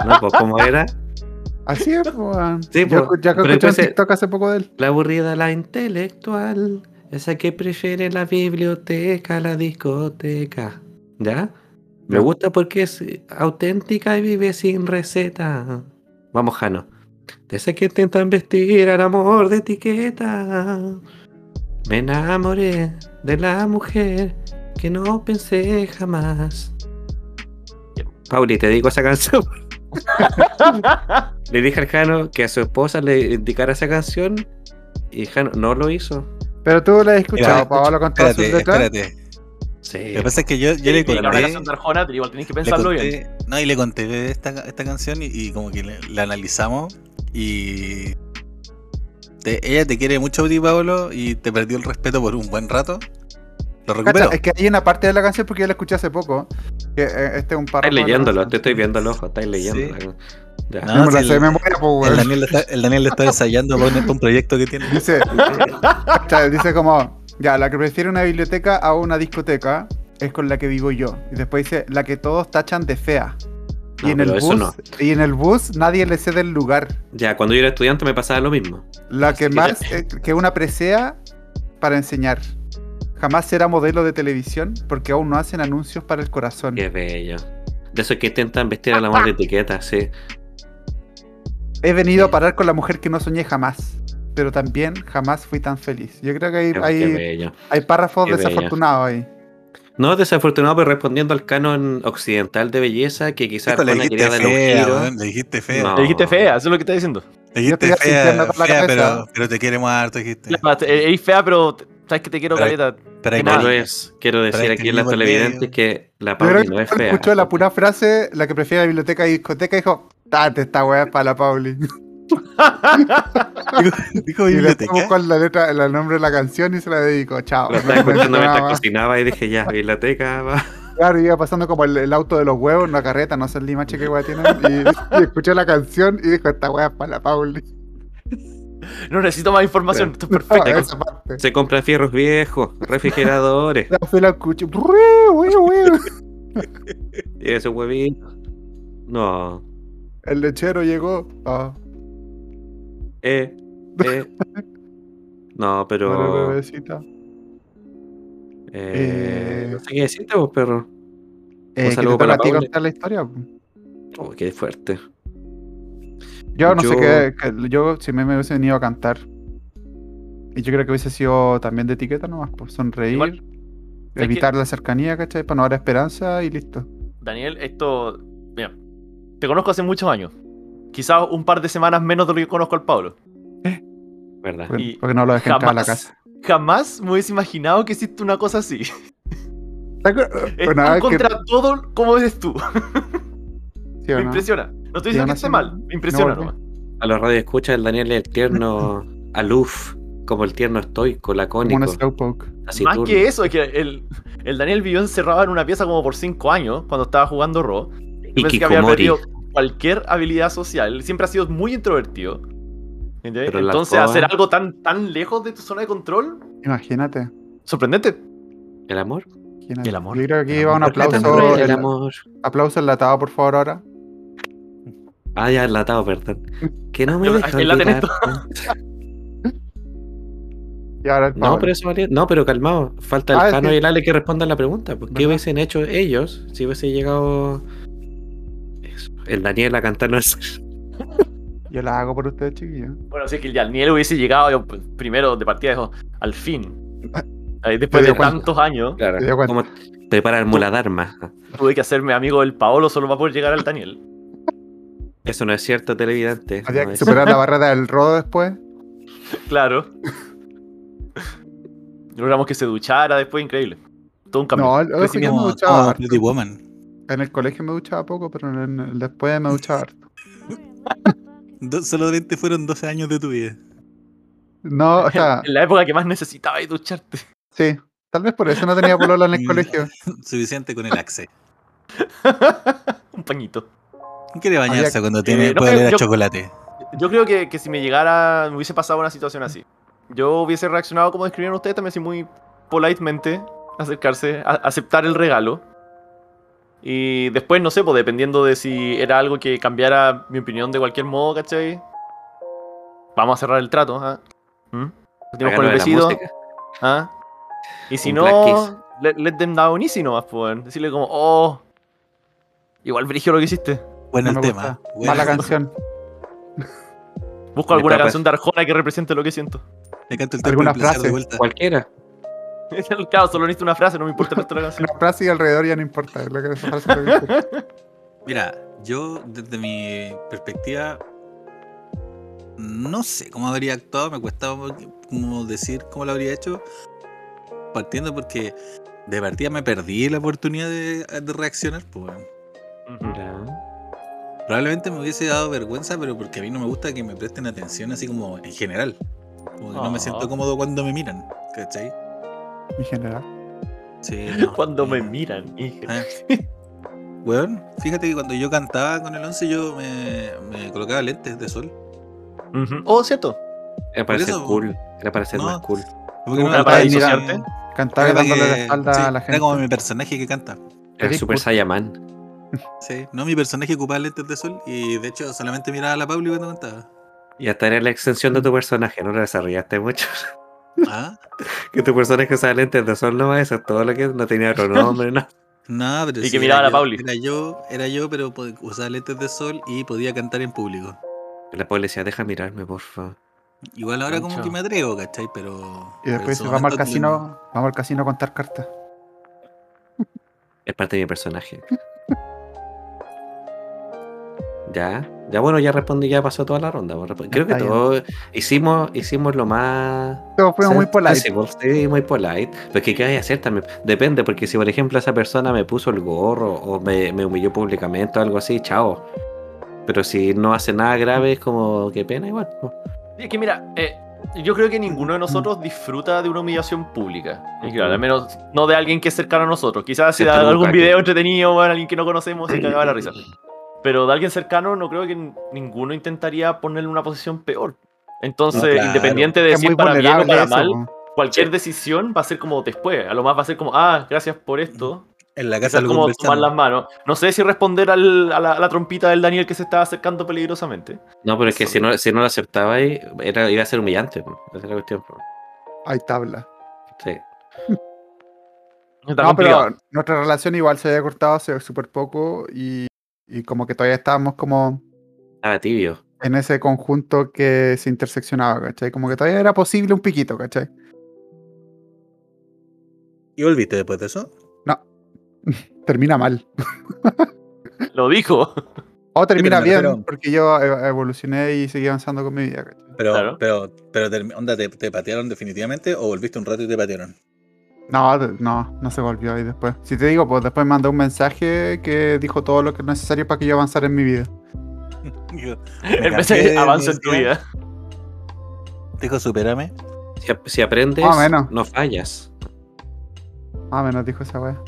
Speaker 3: No, pues, ¿Cómo era?
Speaker 1: Así es, pues. weón.
Speaker 3: Sí,
Speaker 1: Yo
Speaker 3: pues,
Speaker 1: escu- ya que escuché un
Speaker 3: pero después se-
Speaker 1: TikTok hace poco de él.
Speaker 3: La aburrida, la intelectual, esa que prefiere la biblioteca, la discoteca. ¿Ya? Me
Speaker 1: Ya.
Speaker 3: gusta porque es auténtica y vive sin receta. Vamos, Jano. De esa que intentan vestir al amor de etiqueta. Me enamoré de la mujer que no pensé jamás. Pauli, te digo esa canción. Le dije al Jano que a su esposa le indicara esa canción y Jano no lo hizo.
Speaker 1: Pero tú lo has escuchado,
Speaker 5: escucha,
Speaker 1: Paolo, con todas sus
Speaker 5: Espérate,
Speaker 1: letras.
Speaker 5: espérate.
Speaker 3: Sí.
Speaker 5: Lo que pasa es que yo, yo le
Speaker 2: Una relación de
Speaker 5: conté.
Speaker 2: Arjona, pero igual tenés que
Speaker 5: le
Speaker 2: pensarlo bien.
Speaker 5: conté- no, y le conté esta, esta canción y, y como que le- la analizamos y te- ella te quiere mucho a ti, Pablo, y te perdió el respeto por un buen rato.
Speaker 1: Cacha,
Speaker 5: Lo recuperó.
Speaker 1: es que hay una parte de la canción porque yo la escuché hace poco. Que, eh, este es un párrafo.
Speaker 3: Estáis
Speaker 1: de la
Speaker 3: leyéndolo,
Speaker 1: canción.
Speaker 3: te estoy viendo el ojo, estáis leyendo. Ya.
Speaker 5: No,
Speaker 1: Yo me
Speaker 5: si
Speaker 1: la sé de
Speaker 5: el-
Speaker 1: memoria, pues,
Speaker 5: El
Speaker 1: weón.
Speaker 5: Daniel, está, el Daniel está ensayando para un, para un proyecto que tiene.
Speaker 1: Dice, cacha, dice como, ya, la que prefiere una biblioteca a una discoteca es con la que vivo yo. Y después dice, la que todos tachan de fea. Y,
Speaker 3: No,
Speaker 1: en, el
Speaker 3: Ah, pero eso
Speaker 1: bus,
Speaker 3: no.
Speaker 1: y en el bus nadie le cede el lugar.
Speaker 3: Ya, cuando yo era estudiante me pasaba lo mismo.
Speaker 1: La que
Speaker 2: que
Speaker 1: más eh, que una presea para enseñar. Jamás será modelo de televisión porque aún no hacen anuncios para el corazón.
Speaker 3: Qué bello. De esos que intentan vestir al amor de etiqueta, sí.
Speaker 1: He venido a parar con la mujer que no soñé jamás. Pero también jamás fui tan feliz. Yo creo que hay,
Speaker 3: Qué, qué
Speaker 1: hay,
Speaker 3: bello.
Speaker 1: hay párrafos
Speaker 3: qué bello.
Speaker 1: desafortunados ahí.
Speaker 3: No, desafortunado, pero respondiendo al canon occidental de belleza que quizás
Speaker 5: Hijo, le
Speaker 3: Arjona quería
Speaker 5: dijiste
Speaker 3: darle
Speaker 5: fea,
Speaker 3: un giro.
Speaker 5: weón, le dijiste fea.
Speaker 3: No.
Speaker 2: Le dijiste fea, eso es lo que está diciendo.
Speaker 5: Le
Speaker 1: Yo te
Speaker 5: dijiste
Speaker 1: iba sintiendo
Speaker 5: fea,
Speaker 1: toda la
Speaker 5: fea,
Speaker 1: cabeza.
Speaker 5: pero, pero te queremos harto, dijiste.
Speaker 2: Claro, te- eh, Eres fea, pero te- sabes que te quiero,
Speaker 5: Pero-
Speaker 2: Caleta.
Speaker 5: Pero ahí
Speaker 3: eh, No
Speaker 2: Nada.
Speaker 3: lo
Speaker 5: morí.
Speaker 3: es. Quiero decir
Speaker 5: Pero
Speaker 3: aquí
Speaker 5: este
Speaker 3: a las
Speaker 5: mismo es
Speaker 3: televidentes
Speaker 5: bello.
Speaker 3: que la
Speaker 1: Yo creo
Speaker 3: Pauli
Speaker 1: que
Speaker 3: no es
Speaker 1: cuando
Speaker 3: fea.
Speaker 1: escuchó la pura frase, la que prefiere la biblioteca y discoteca, dijo, date esta weá para la Pauli.
Speaker 5: Dijo- Dijo
Speaker 1: Y le
Speaker 5: biblioteca.
Speaker 1: buscó la letra, el nombre de la canción y se la dedicó. Chao.
Speaker 3: Lo estaba escuchando mientras cocinaba y dije, ya, biblioteca, va.
Speaker 1: Claro, iba pasando como el, el auto de los huevos, una carreta, no sé el limache qué hueá tienen. Y, y escuché la canción y dijo, esta hueá es para la Pauli.
Speaker 2: No necesito más información, esto es
Speaker 1: Ah,
Speaker 2: perfecto.
Speaker 1: esa parte.
Speaker 3: Se compran fierros viejos, refrigeradores,
Speaker 1: La fui la escuché. "Brrr, huevo, huevo".
Speaker 3: y ese huevito. No.
Speaker 1: El lechero llegó. Ah,
Speaker 3: Eh, eh. No,
Speaker 1: madre
Speaker 3: pero. Eh,
Speaker 1: bebecita. Eh.
Speaker 3: No sé qué decirte, vos, perro.
Speaker 1: Eh, que te
Speaker 3: saludo
Speaker 1: toca a
Speaker 3: para la
Speaker 1: ti
Speaker 3: Pauli.
Speaker 1: contar la historia. po.
Speaker 3: Oh, qué fuerte.
Speaker 1: Yo no sé
Speaker 3: Yo-
Speaker 1: qué. que- Yo, si me, me hubiese venido a cantar. Y yo creo que hubiese sido también de etiqueta nomás, pues sonreír.
Speaker 2: Igual. que-
Speaker 1: evitar la cercanía, ¿cachai? Para no dar esperanza y listo.
Speaker 2: Daniel, esto. Mira, te conozco hace muchos años. Quizás un par de semanas menos de lo que conozco al Pablo.
Speaker 3: ¿verdad?
Speaker 1: Porque,
Speaker 2: Y
Speaker 1: porque no lo dejen entrar a la casa.
Speaker 2: jamás me hubiese imaginado que hiciste una cosa así.
Speaker 1: ¿Te acuerdas?
Speaker 2: Es
Speaker 1: Bueno,
Speaker 2: tú
Speaker 1: a ver qué-
Speaker 2: contra todo como eres tú.
Speaker 1: sí o
Speaker 2: Me
Speaker 1: no.
Speaker 2: impresiona. No estoy
Speaker 1: Sí,
Speaker 2: diciendo que
Speaker 1: no,
Speaker 2: esté
Speaker 1: sí.
Speaker 2: mal, me impresiona
Speaker 1: No,
Speaker 2: nomás.
Speaker 3: A los radioescuchas, el Daniel es el tierno aloof, como el tierno estoico,
Speaker 1: Como un
Speaker 3: lacónico,
Speaker 1: slowpoke.
Speaker 2: Más
Speaker 3: taciturno.
Speaker 2: que eso, es que el, el Daniel vivió encerrado en una pieza como por 5 años cuando estaba jugando Ro. Yo pensé que había
Speaker 3: Hikikomori.
Speaker 2: perdido cualquier habilidad social. Siempre ha sido muy introvertido. ¿Entiendes?
Speaker 3: Pero la
Speaker 2: Entonces,
Speaker 3: alcoba-
Speaker 2: hacer algo tan, tan lejos de tu zona de control,
Speaker 1: Imagínate.
Speaker 2: sorprendente.
Speaker 3: ¿El amor?
Speaker 1: imagínate.
Speaker 2: El amor.
Speaker 1: Yo creo que aquí
Speaker 3: El
Speaker 1: va un
Speaker 3: amor.
Speaker 1: aplauso,
Speaker 3: El,
Speaker 1: el-
Speaker 3: amor.
Speaker 1: aplauso enlatado, por favor, ahora.
Speaker 3: Ah, ya, enlatado, perdón. Que no me
Speaker 2: Yo-
Speaker 3: deja
Speaker 2: enlaten
Speaker 3: olvidar.
Speaker 1: Y ahora el
Speaker 3: No,
Speaker 1: Pablo.
Speaker 3: pero eso valía- No, pero calmado. Falta
Speaker 1: Ah,
Speaker 3: el
Speaker 1: es
Speaker 3: Jano
Speaker 1: que-
Speaker 3: y el Ale que respondan la pregunta. pues, ¿Qué
Speaker 1: ¿Verdad?
Speaker 3: hubiesen hecho ellos si hubiese llegado eso, el Daniel a cantarnos?
Speaker 1: Yo la hago por ustedes, chiquillos.
Speaker 2: Bueno, así que el Daniel hubiese llegado yo, pues, primero de partida, dijo, al fin. Ahí, Después
Speaker 1: Te
Speaker 2: de
Speaker 1: dio cuenta.
Speaker 2: tantos años,
Speaker 3: Claro,
Speaker 1: Me dio cuenta.
Speaker 3: como te para el Muladharma.
Speaker 2: tuve que hacerme amigo del Paolo solo para poder llegar al Daniel.
Speaker 3: Eso no es cierto, televidente.
Speaker 1: Había
Speaker 3: no
Speaker 1: que
Speaker 3: es-
Speaker 1: superar la barrera del rodo después.
Speaker 2: Claro. Logramos que se duchara después, increíble. Todo un cambio.
Speaker 1: No, el- ojo, yo me
Speaker 5: como,
Speaker 1: duchaba
Speaker 3: ah,
Speaker 5: como
Speaker 1: harto.
Speaker 5: Pretty Woman.
Speaker 1: En el colegio me duchaba poco, pero en el- después me duchaba harto.
Speaker 5: Do- solamente fueron 12 años de tu vida.
Speaker 1: No, o sea,
Speaker 2: En la época que más necesitabas ducharte.
Speaker 1: sí. Tal vez por eso no tenía polola en el
Speaker 5: Mm.
Speaker 1: colegio.
Speaker 5: Suficiente con el axe.
Speaker 2: un pañito.
Speaker 5: ¿Quién quiere bañarse
Speaker 1: Había-
Speaker 5: cuando tiene
Speaker 2: Eh, no,
Speaker 5: puede
Speaker 2: yo-
Speaker 5: oler a
Speaker 2: yo-
Speaker 5: chocolate?
Speaker 2: Yo creo que, que si me llegara, me hubiese pasado una situación así. Yo hubiese reaccionado como describieron ustedes, también así muy politemente, acercarse, a- aceptar el regalo. Y después, no sé, pues dependiendo de si era algo que cambiara mi opinión de cualquier modo, ¿cachai? Vamos a cerrar el trato, ¿ah? ¿Mm?
Speaker 3: Acá
Speaker 2: Continuamos con
Speaker 3: lo
Speaker 2: el
Speaker 3: de la
Speaker 2: vestido.
Speaker 3: música.
Speaker 2: ¿Ah? Y si
Speaker 3: Un black
Speaker 2: no,
Speaker 3: kiss.
Speaker 2: let, let them down easy nomás, pues. Decirle como, oh, igual brigio lo que hiciste.
Speaker 5: Bueno,
Speaker 1: No
Speaker 5: el
Speaker 1: me
Speaker 5: tema.
Speaker 1: gusta.
Speaker 5: Bueno,
Speaker 1: Mala canción.
Speaker 2: Busco
Speaker 3: Me
Speaker 2: alguna
Speaker 3: tapas.
Speaker 2: canción de Arjona que represente lo que siento.
Speaker 5: le canto el tema
Speaker 1: Alguna
Speaker 5: para empezar
Speaker 1: frase.
Speaker 5: de vuelta.
Speaker 3: Cualquiera.
Speaker 2: claro, solo necesito una frase, no me importa el resto de la canción.
Speaker 1: Una frase y alrededor ya no importa. es lo que- esa frase es lo que importa.
Speaker 5: Mira, yo desde mi perspectiva no sé cómo habría actuado, me cuesta como decir cómo lo habría hecho, partiendo porque de partida me perdí la oportunidad de, de reaccionar. Pues, weón.
Speaker 2: Ujú.
Speaker 3: Ya.
Speaker 5: probablemente me hubiese dado vergüenza, pero porque a mí no me gusta que me presten atención así como en general. Como que no me siento
Speaker 2: Ah.
Speaker 5: cómodo cuando me miran, ¿cachai?
Speaker 1: Mi general.
Speaker 5: Sí, no,
Speaker 2: Cuando me
Speaker 5: eh,
Speaker 2: miran, hija.
Speaker 5: Eh. Weón, fíjate que cuando yo cantaba con el 11 yo me, me colocaba lentes de sol.
Speaker 2: Ujú. Oh, cierto.
Speaker 3: Era para
Speaker 5: Por
Speaker 3: ser
Speaker 5: eso-
Speaker 3: cool. Era para ser
Speaker 5: No.
Speaker 3: más cool.
Speaker 5: Porque no
Speaker 1: Era
Speaker 5: me
Speaker 1: para
Speaker 5: gustaba eso,
Speaker 1: disociarte.
Speaker 5: eh,
Speaker 1: Cantaba
Speaker 5: Era
Speaker 1: dándole la
Speaker 5: que-
Speaker 1: espalda
Speaker 5: sí,
Speaker 1: a la
Speaker 5: Era
Speaker 1: gente.
Speaker 5: como mi personaje que canta.
Speaker 3: El
Speaker 1: Eres
Speaker 3: Super
Speaker 1: cool.
Speaker 3: Saiyaman.
Speaker 5: Sí. No, mi personaje ocupaba lentes de sol y de hecho solamente miraba a la Pauli cuando cantaba.
Speaker 3: Y hasta era la extensión de tu personaje. No lo desarrollaste mucho.
Speaker 5: Ah,
Speaker 3: que tu personaje usaba lentes de sol nomás. Eso es todo lo que no tenía otro nombre. No.
Speaker 5: no, pero
Speaker 2: Y
Speaker 5: sí,
Speaker 2: que miraba a la
Speaker 5: era yo-
Speaker 2: Pauli.
Speaker 5: Era yo, era yo, pero pod- usaba lentes de sol y podía cantar en público.
Speaker 3: La policía, deja mirarme, por favor.
Speaker 5: Igual ahora como
Speaker 2: Concha.
Speaker 5: que me atrevo, ¿cachai? Pero.
Speaker 1: Y después dice, vamos al casino, vamos al casino a contar cartas.
Speaker 3: Es parte de mi personaje. Ya, ya bueno, ya respondí, ya pasó toda la ronda. pues, resp- Creo que
Speaker 1: Está bien.
Speaker 3: todos hicimos, hicimos lo más.
Speaker 1: Todo fue muy polite.
Speaker 3: sensible, Sí, muy polite. Pero es que, ¿qué hay que hacer también? Depende, porque si por ejemplo esa persona me puso el gorro o me, me humilló públicamente o algo así, chao. Pero si no hace nada grave, es como, qué pena igual. pues.
Speaker 2: Y Es que mira, eh, yo creo que ninguno de nosotros disfruta de una humillación pública. Y claro, al menos no de alguien que es cercano a nosotros. Quizás si
Speaker 3: Excepto
Speaker 2: da algún
Speaker 3: Bukaki.
Speaker 2: video entretenido o alguien que no conocemos se cagaba la risa. Pero de alguien cercano no creo que n- ninguno intentaría ponerle una posición peor. Entonces,
Speaker 5: No, claro.
Speaker 2: independiente de
Speaker 1: Es
Speaker 2: si
Speaker 1: muy
Speaker 2: es para bien o
Speaker 1: vulnerable
Speaker 2: para
Speaker 1: eso.
Speaker 2: mal,
Speaker 1: po.
Speaker 2: cualquier decisión va a ser como después. A lo más va a ser como, ah, gracias por esto.
Speaker 5: En la casa
Speaker 2: Quizás
Speaker 5: lo
Speaker 2: como tomar las
Speaker 5: conversamos.
Speaker 2: manos. No sé si responder al- a, la, a la trompita del Daniel que se estaba acercando peligrosamente.
Speaker 3: No, pero es que
Speaker 2: Eso.
Speaker 3: si no, si no lo aceptaba, ahí, era, iba a ser humillante. pues. Esa es la cuestión. pues.
Speaker 1: Hay tabla.
Speaker 3: Sí.
Speaker 2: Está
Speaker 1: No,
Speaker 2: complicado.
Speaker 1: pero nuestra relación igual se había cortado hace súper poco y, y como que todavía estábamos como
Speaker 3: Estaba tibio.
Speaker 1: en ese conjunto que se interseccionaba, ¿cachai? Como que todavía era posible un piquito, ¿cachai?
Speaker 5: ¿Y volviste después de eso?
Speaker 1: Termina mal.
Speaker 2: Lo dijo.
Speaker 1: O termina
Speaker 5: me
Speaker 1: bien,
Speaker 5: refiero-
Speaker 1: porque yo ev- evolucioné y seguí avanzando con mi vida. ¿cachai?
Speaker 5: Pero,
Speaker 2: Claro.
Speaker 5: pero, pero termi- onda, ¿te, te patearon definitivamente o volviste un rato y te patearon?
Speaker 1: No, de- no, no se volvió ahí después. Si te digo, pues después me mandó un mensaje que dijo todo lo que es necesario para que yo avanzara en mi vida.
Speaker 5: Dijo,
Speaker 2: En vez
Speaker 5: cansé
Speaker 2: de
Speaker 5: de
Speaker 2: avanza en tu
Speaker 5: universidad.
Speaker 2: vida.
Speaker 5: dijo, supérame.
Speaker 3: Si, ap- si aprendes,
Speaker 1: Ah, bueno.
Speaker 3: no fallas.
Speaker 1: Ah, menos dijo esa wea.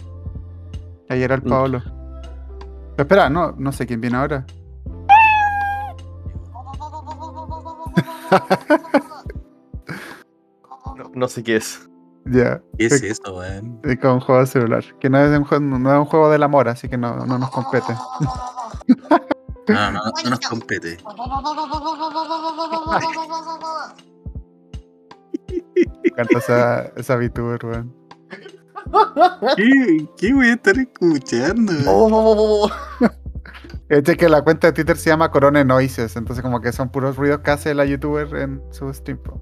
Speaker 1: Ayer era el
Speaker 3: Mm.
Speaker 1: Paolo. Pero espera, no, no sé quién viene ahora.
Speaker 2: No, no sé qué es.
Speaker 1: Ya,
Speaker 5: ¿Qué es eso, weón?
Speaker 1: eh, con juego de celular. Que no es un juego, no es un juego del amor, así que no, no nos compete.
Speaker 5: No, no, no nos compete.
Speaker 1: Me encanta esa, esa VTuber, weón.
Speaker 5: ¿Qué, qué voy a estar escuchando?
Speaker 2: Oh,
Speaker 1: Este que la cuenta de Twitter se llama Corone Noises, entonces como que son puros ruidos que hace la youtuber en su stream. po.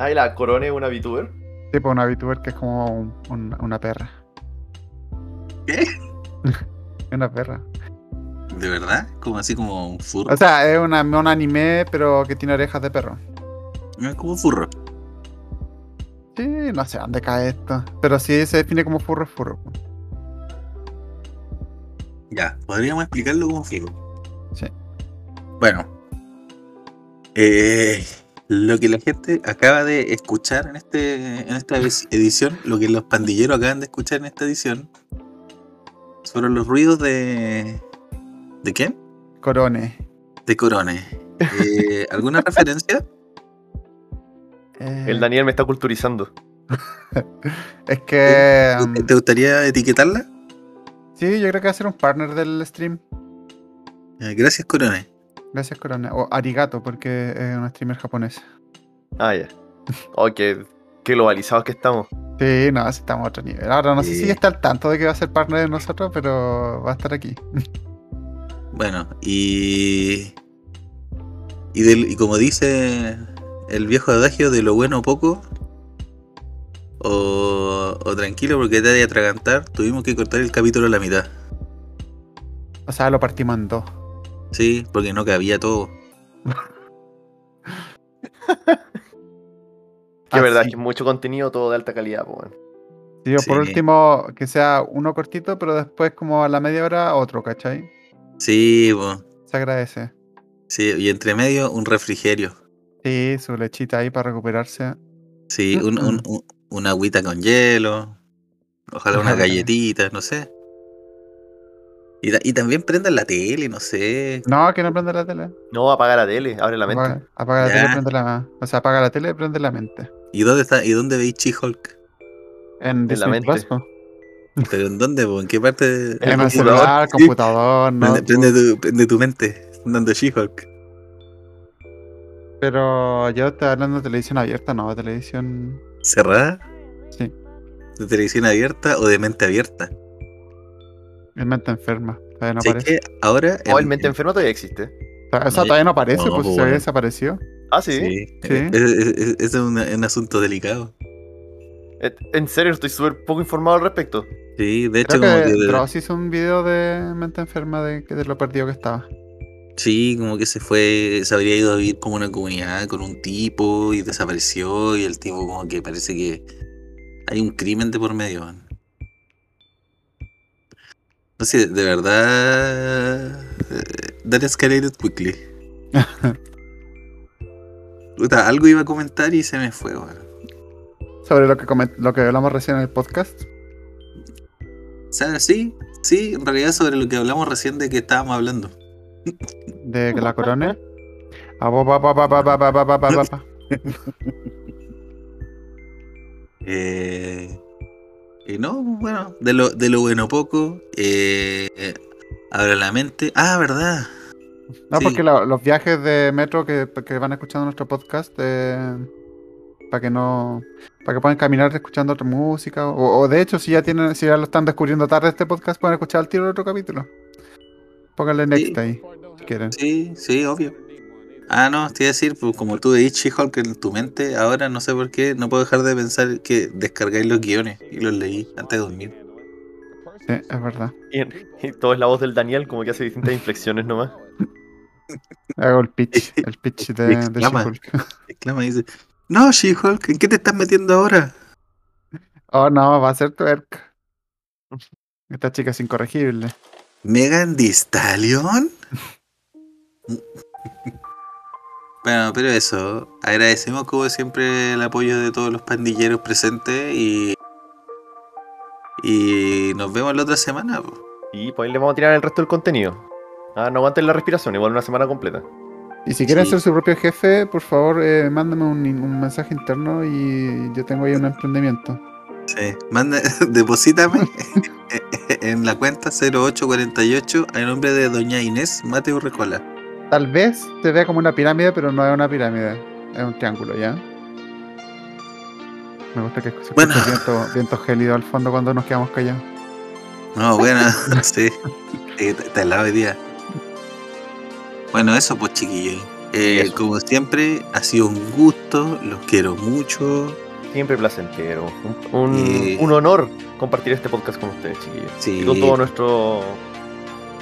Speaker 2: Ahí la corone es una VTuber.
Speaker 1: Tipo una VTuber que es como un- un- una perra.
Speaker 5: ¿Qué?
Speaker 1: una perra.
Speaker 5: ¿De verdad? Como así como un furro.
Speaker 1: O sea, es una, un anime, pero que tiene orejas de perro.
Speaker 5: No es como un furro.
Speaker 1: Sí, no sé dónde cae esto. Pero sí se define como furro, es furro. po.
Speaker 5: Ya, podríamos explicarlo como furro.
Speaker 1: Sí.
Speaker 5: Bueno. Eh, lo que la gente acaba de escuchar en, este, en esta vis- edición, lo que los pandilleros acaban de escuchar en esta edición, fueron los ruidos de... ¿De quién?
Speaker 1: Corone.
Speaker 5: De Corone. Eh, ¿Alguna referencia?
Speaker 1: Eh,
Speaker 2: El Daniel me está culturizando.
Speaker 1: Es que... um,
Speaker 5: ¿Te- ¿Te gustaría etiquetarla?
Speaker 1: sí, yo creo que va a ser un partner del stream.
Speaker 5: Eh, gracias, Corone.
Speaker 1: Gracias, Corone. O Arigato, porque es un streamer japonés.
Speaker 2: Ah, ya. Oh, qué, qué globalizados que estamos.
Speaker 1: Sí, no, sí estamos a otro nivel. Ahora no sé si
Speaker 5: Sí.
Speaker 1: está al tanto de que va a ser partner de nosotros, pero va a estar aquí.
Speaker 5: Bueno, y. Y, del- y como dice el viejo adagio de lo bueno poco, o, o tranquilo porque te ha de atragantar, tuvimos que cortar el capítulo a la mitad.
Speaker 1: O sea, lo partimos en dos.
Speaker 5: Sí, porque no cabía todo.
Speaker 2: Que
Speaker 1: Ah,
Speaker 2: verdad,
Speaker 1: sí.
Speaker 2: que es mucho contenido, todo de alta calidad, po, weón.
Speaker 1: Sí, o por
Speaker 5: Sí.
Speaker 1: último, que sea uno cortito, pero después como a la media hora otro, ¿cachai?
Speaker 5: Sí, po,
Speaker 1: Se agradece.
Speaker 5: sí, y entre medio un refrigerio.
Speaker 1: Sí, su lechita ahí para recuperarse.
Speaker 5: Sí, un- un- un- una agüita con hielo. Ojalá unas
Speaker 1: Ojalá.
Speaker 5: galletitas, no sé. Y, ta- y también prendan la tele, no sé.
Speaker 1: No, que no prenda la tele.
Speaker 2: No, apaga la tele, abre la mente.
Speaker 1: Apaga, apaga la
Speaker 5: Ya.
Speaker 1: tele, prende la O sea, apaga la tele, prende la mente.
Speaker 5: ¿Y dónde está? ¿Y dónde veis She-Hulk?
Speaker 1: En Disney
Speaker 2: mente.
Speaker 1: Plus, po.
Speaker 5: ¿Pero en dónde? po? ¿En qué parte? de-
Speaker 2: En
Speaker 1: En
Speaker 2: el
Speaker 1: el
Speaker 2: computador.
Speaker 1: celular,
Speaker 5: Sí.
Speaker 1: computador, no.
Speaker 5: Prende, prende tu, prende tu mente, dando She-Hulk.
Speaker 1: Pero yo estoy hablando de televisión abierta, no, de televisión.
Speaker 5: ¿Cerrada?
Speaker 1: Sí.
Speaker 5: ¿De televisión abierta o de mente abierta?
Speaker 1: Mi mente enferma. Todavía no
Speaker 5: Sé
Speaker 1: aparece.
Speaker 5: que ahora.
Speaker 2: Oh, el mente enferma todavía existe.
Speaker 1: O sea,
Speaker 5: No,
Speaker 1: todavía no aparece,
Speaker 5: no,
Speaker 1: pues
Speaker 5: pues,
Speaker 1: se había
Speaker 5: bueno.
Speaker 1: desaparecido.
Speaker 2: Ah, sí.
Speaker 5: Sí.
Speaker 1: Sí.
Speaker 5: Eh, Ese ese- ese es un, un asunto delicado.
Speaker 2: Eh, En serio, estoy súper poco informado al respecto.
Speaker 5: Sí, de hecho,
Speaker 1: Creo
Speaker 5: como que.
Speaker 1: que
Speaker 5: de-
Speaker 1: Dross hizo un video de mente enferma de, que- de lo perdido que estaba.
Speaker 5: sí, como que se fue. Se habría ido a vivir como una comunidad con un tipo y desapareció. Y el tipo, como que parece que hay un crimen de por medio. man. No sé, de verdad. eh, That escalated quickly. Puta, algo iba a comentar y se me fue, weón.
Speaker 1: Sobre lo que, coment- lo que hablamos recién en el podcast.
Speaker 5: O sea, sí, sí, en realidad sobre lo que hablamos recién de que estábamos hablando.
Speaker 1: de que la corona. Ah, bo, ba, ba, ba, ba, ba, ba, ba, ba, ba, ba.
Speaker 5: Eh, y no, bueno, de lo, de lo bueno poco, eh, eh, abre la mente. Ah, verdad.
Speaker 1: No, Ah,
Speaker 5: Sí.
Speaker 1: porque la- los viajes de metro que, que van escuchando nuestro podcast, eh, para que no. para que puedan caminar escuchando otra música. O, o de hecho, si ya tienen, si ya lo están descubriendo tarde este podcast, pueden escuchar al tiro otro capítulo. Pónganle next
Speaker 5: Sí.
Speaker 1: ahí, si quieren.
Speaker 5: Sí, sí, obvio. Ah, no, te iba a decir, pues como tú de She-Hulk en tu mente, ahora no sé por qué, no puedo dejar de pensar que descargáis los guiones y los leí antes de dormir.
Speaker 1: Sí, es verdad.
Speaker 2: Y, y todo es la voz del Daniel, como que hace distintas inflexiones nomás.
Speaker 1: Hago el pitch, el pitch de, de
Speaker 5: Exclama.
Speaker 1: She-Hulk.
Speaker 5: Exclama y dice, no, She-Hulk, ¿en qué te estás metiendo ahora?
Speaker 1: Oh no, va a ser twerk. Esta chica es incorregible.
Speaker 5: ¿Megan Thee Stallion? bueno, pero eso, agradecemos como siempre el apoyo de todos los pandilleros presentes y... Y nos vemos la otra semana. po.
Speaker 2: Y pues ahí le vamos a tirar el resto del contenido. Ah, no aguanten la respiración, igual una semana completa.
Speaker 1: Y si quieren
Speaker 5: Sí.
Speaker 1: ser su propio jefe, por favor, eh, mándame un, un mensaje interno y yo tengo ahí un emprendimiento.
Speaker 5: Sí, manda, deposítame en la cuenta 0848 al nombre de doña Inés Mateo Recola.
Speaker 1: Tal vez se vea como una pirámide, pero no es una pirámide. Es un triángulo, ¿ya? Me gusta que se escuche
Speaker 5: Bueno.
Speaker 1: el viento, viento gélido al fondo cuando nos quedamos callados.
Speaker 5: No, bueno, sí, sí, está está al lado hoy día. Bueno, eso pues chiquillos. Eh,
Speaker 2: Eso.
Speaker 5: Como siempre, ha sido un gusto, los quiero mucho.
Speaker 2: Siempre placentero. Un, un-
Speaker 5: Y-
Speaker 2: un honor compartir este podcast con ustedes, chiquillos.
Speaker 5: Sí.
Speaker 2: Y con todos nuestros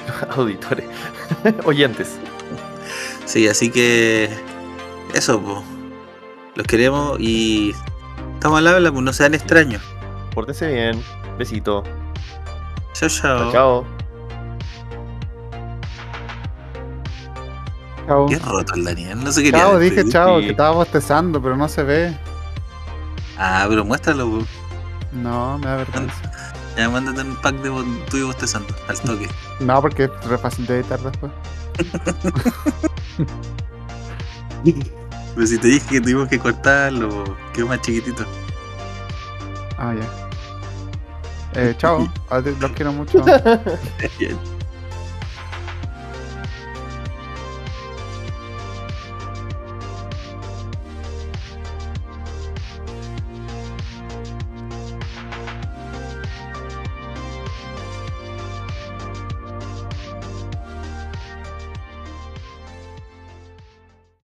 Speaker 2: auditores, oyentes.
Speaker 5: Sí, así que eso, pues. Los queremos y estamos al habla, pues no sean extraños.
Speaker 2: Pórtense bien. Besito.
Speaker 5: Chao,
Speaker 2: Chao,
Speaker 5: chao.
Speaker 2: chao.
Speaker 1: Chao.
Speaker 5: Qué roto el Daniel, no se quería
Speaker 1: Chao, dije
Speaker 5: despedir.
Speaker 1: chao,
Speaker 2: sí.
Speaker 1: que estaba bostezando, pero no se ve.
Speaker 5: Ah, pero muéstralo, po.
Speaker 1: No, me da vergüenza.
Speaker 5: Ya mándate un pack de bo- tuyo bostezando al toque.
Speaker 1: No, porque es re fácil de editar después.
Speaker 5: Pero si te dije que tuvimos que cortarlo, po, quedó más chiquitito.
Speaker 1: Ah, ya. Eh, chao, Adiós, los quiero mucho.
Speaker 5: Ya,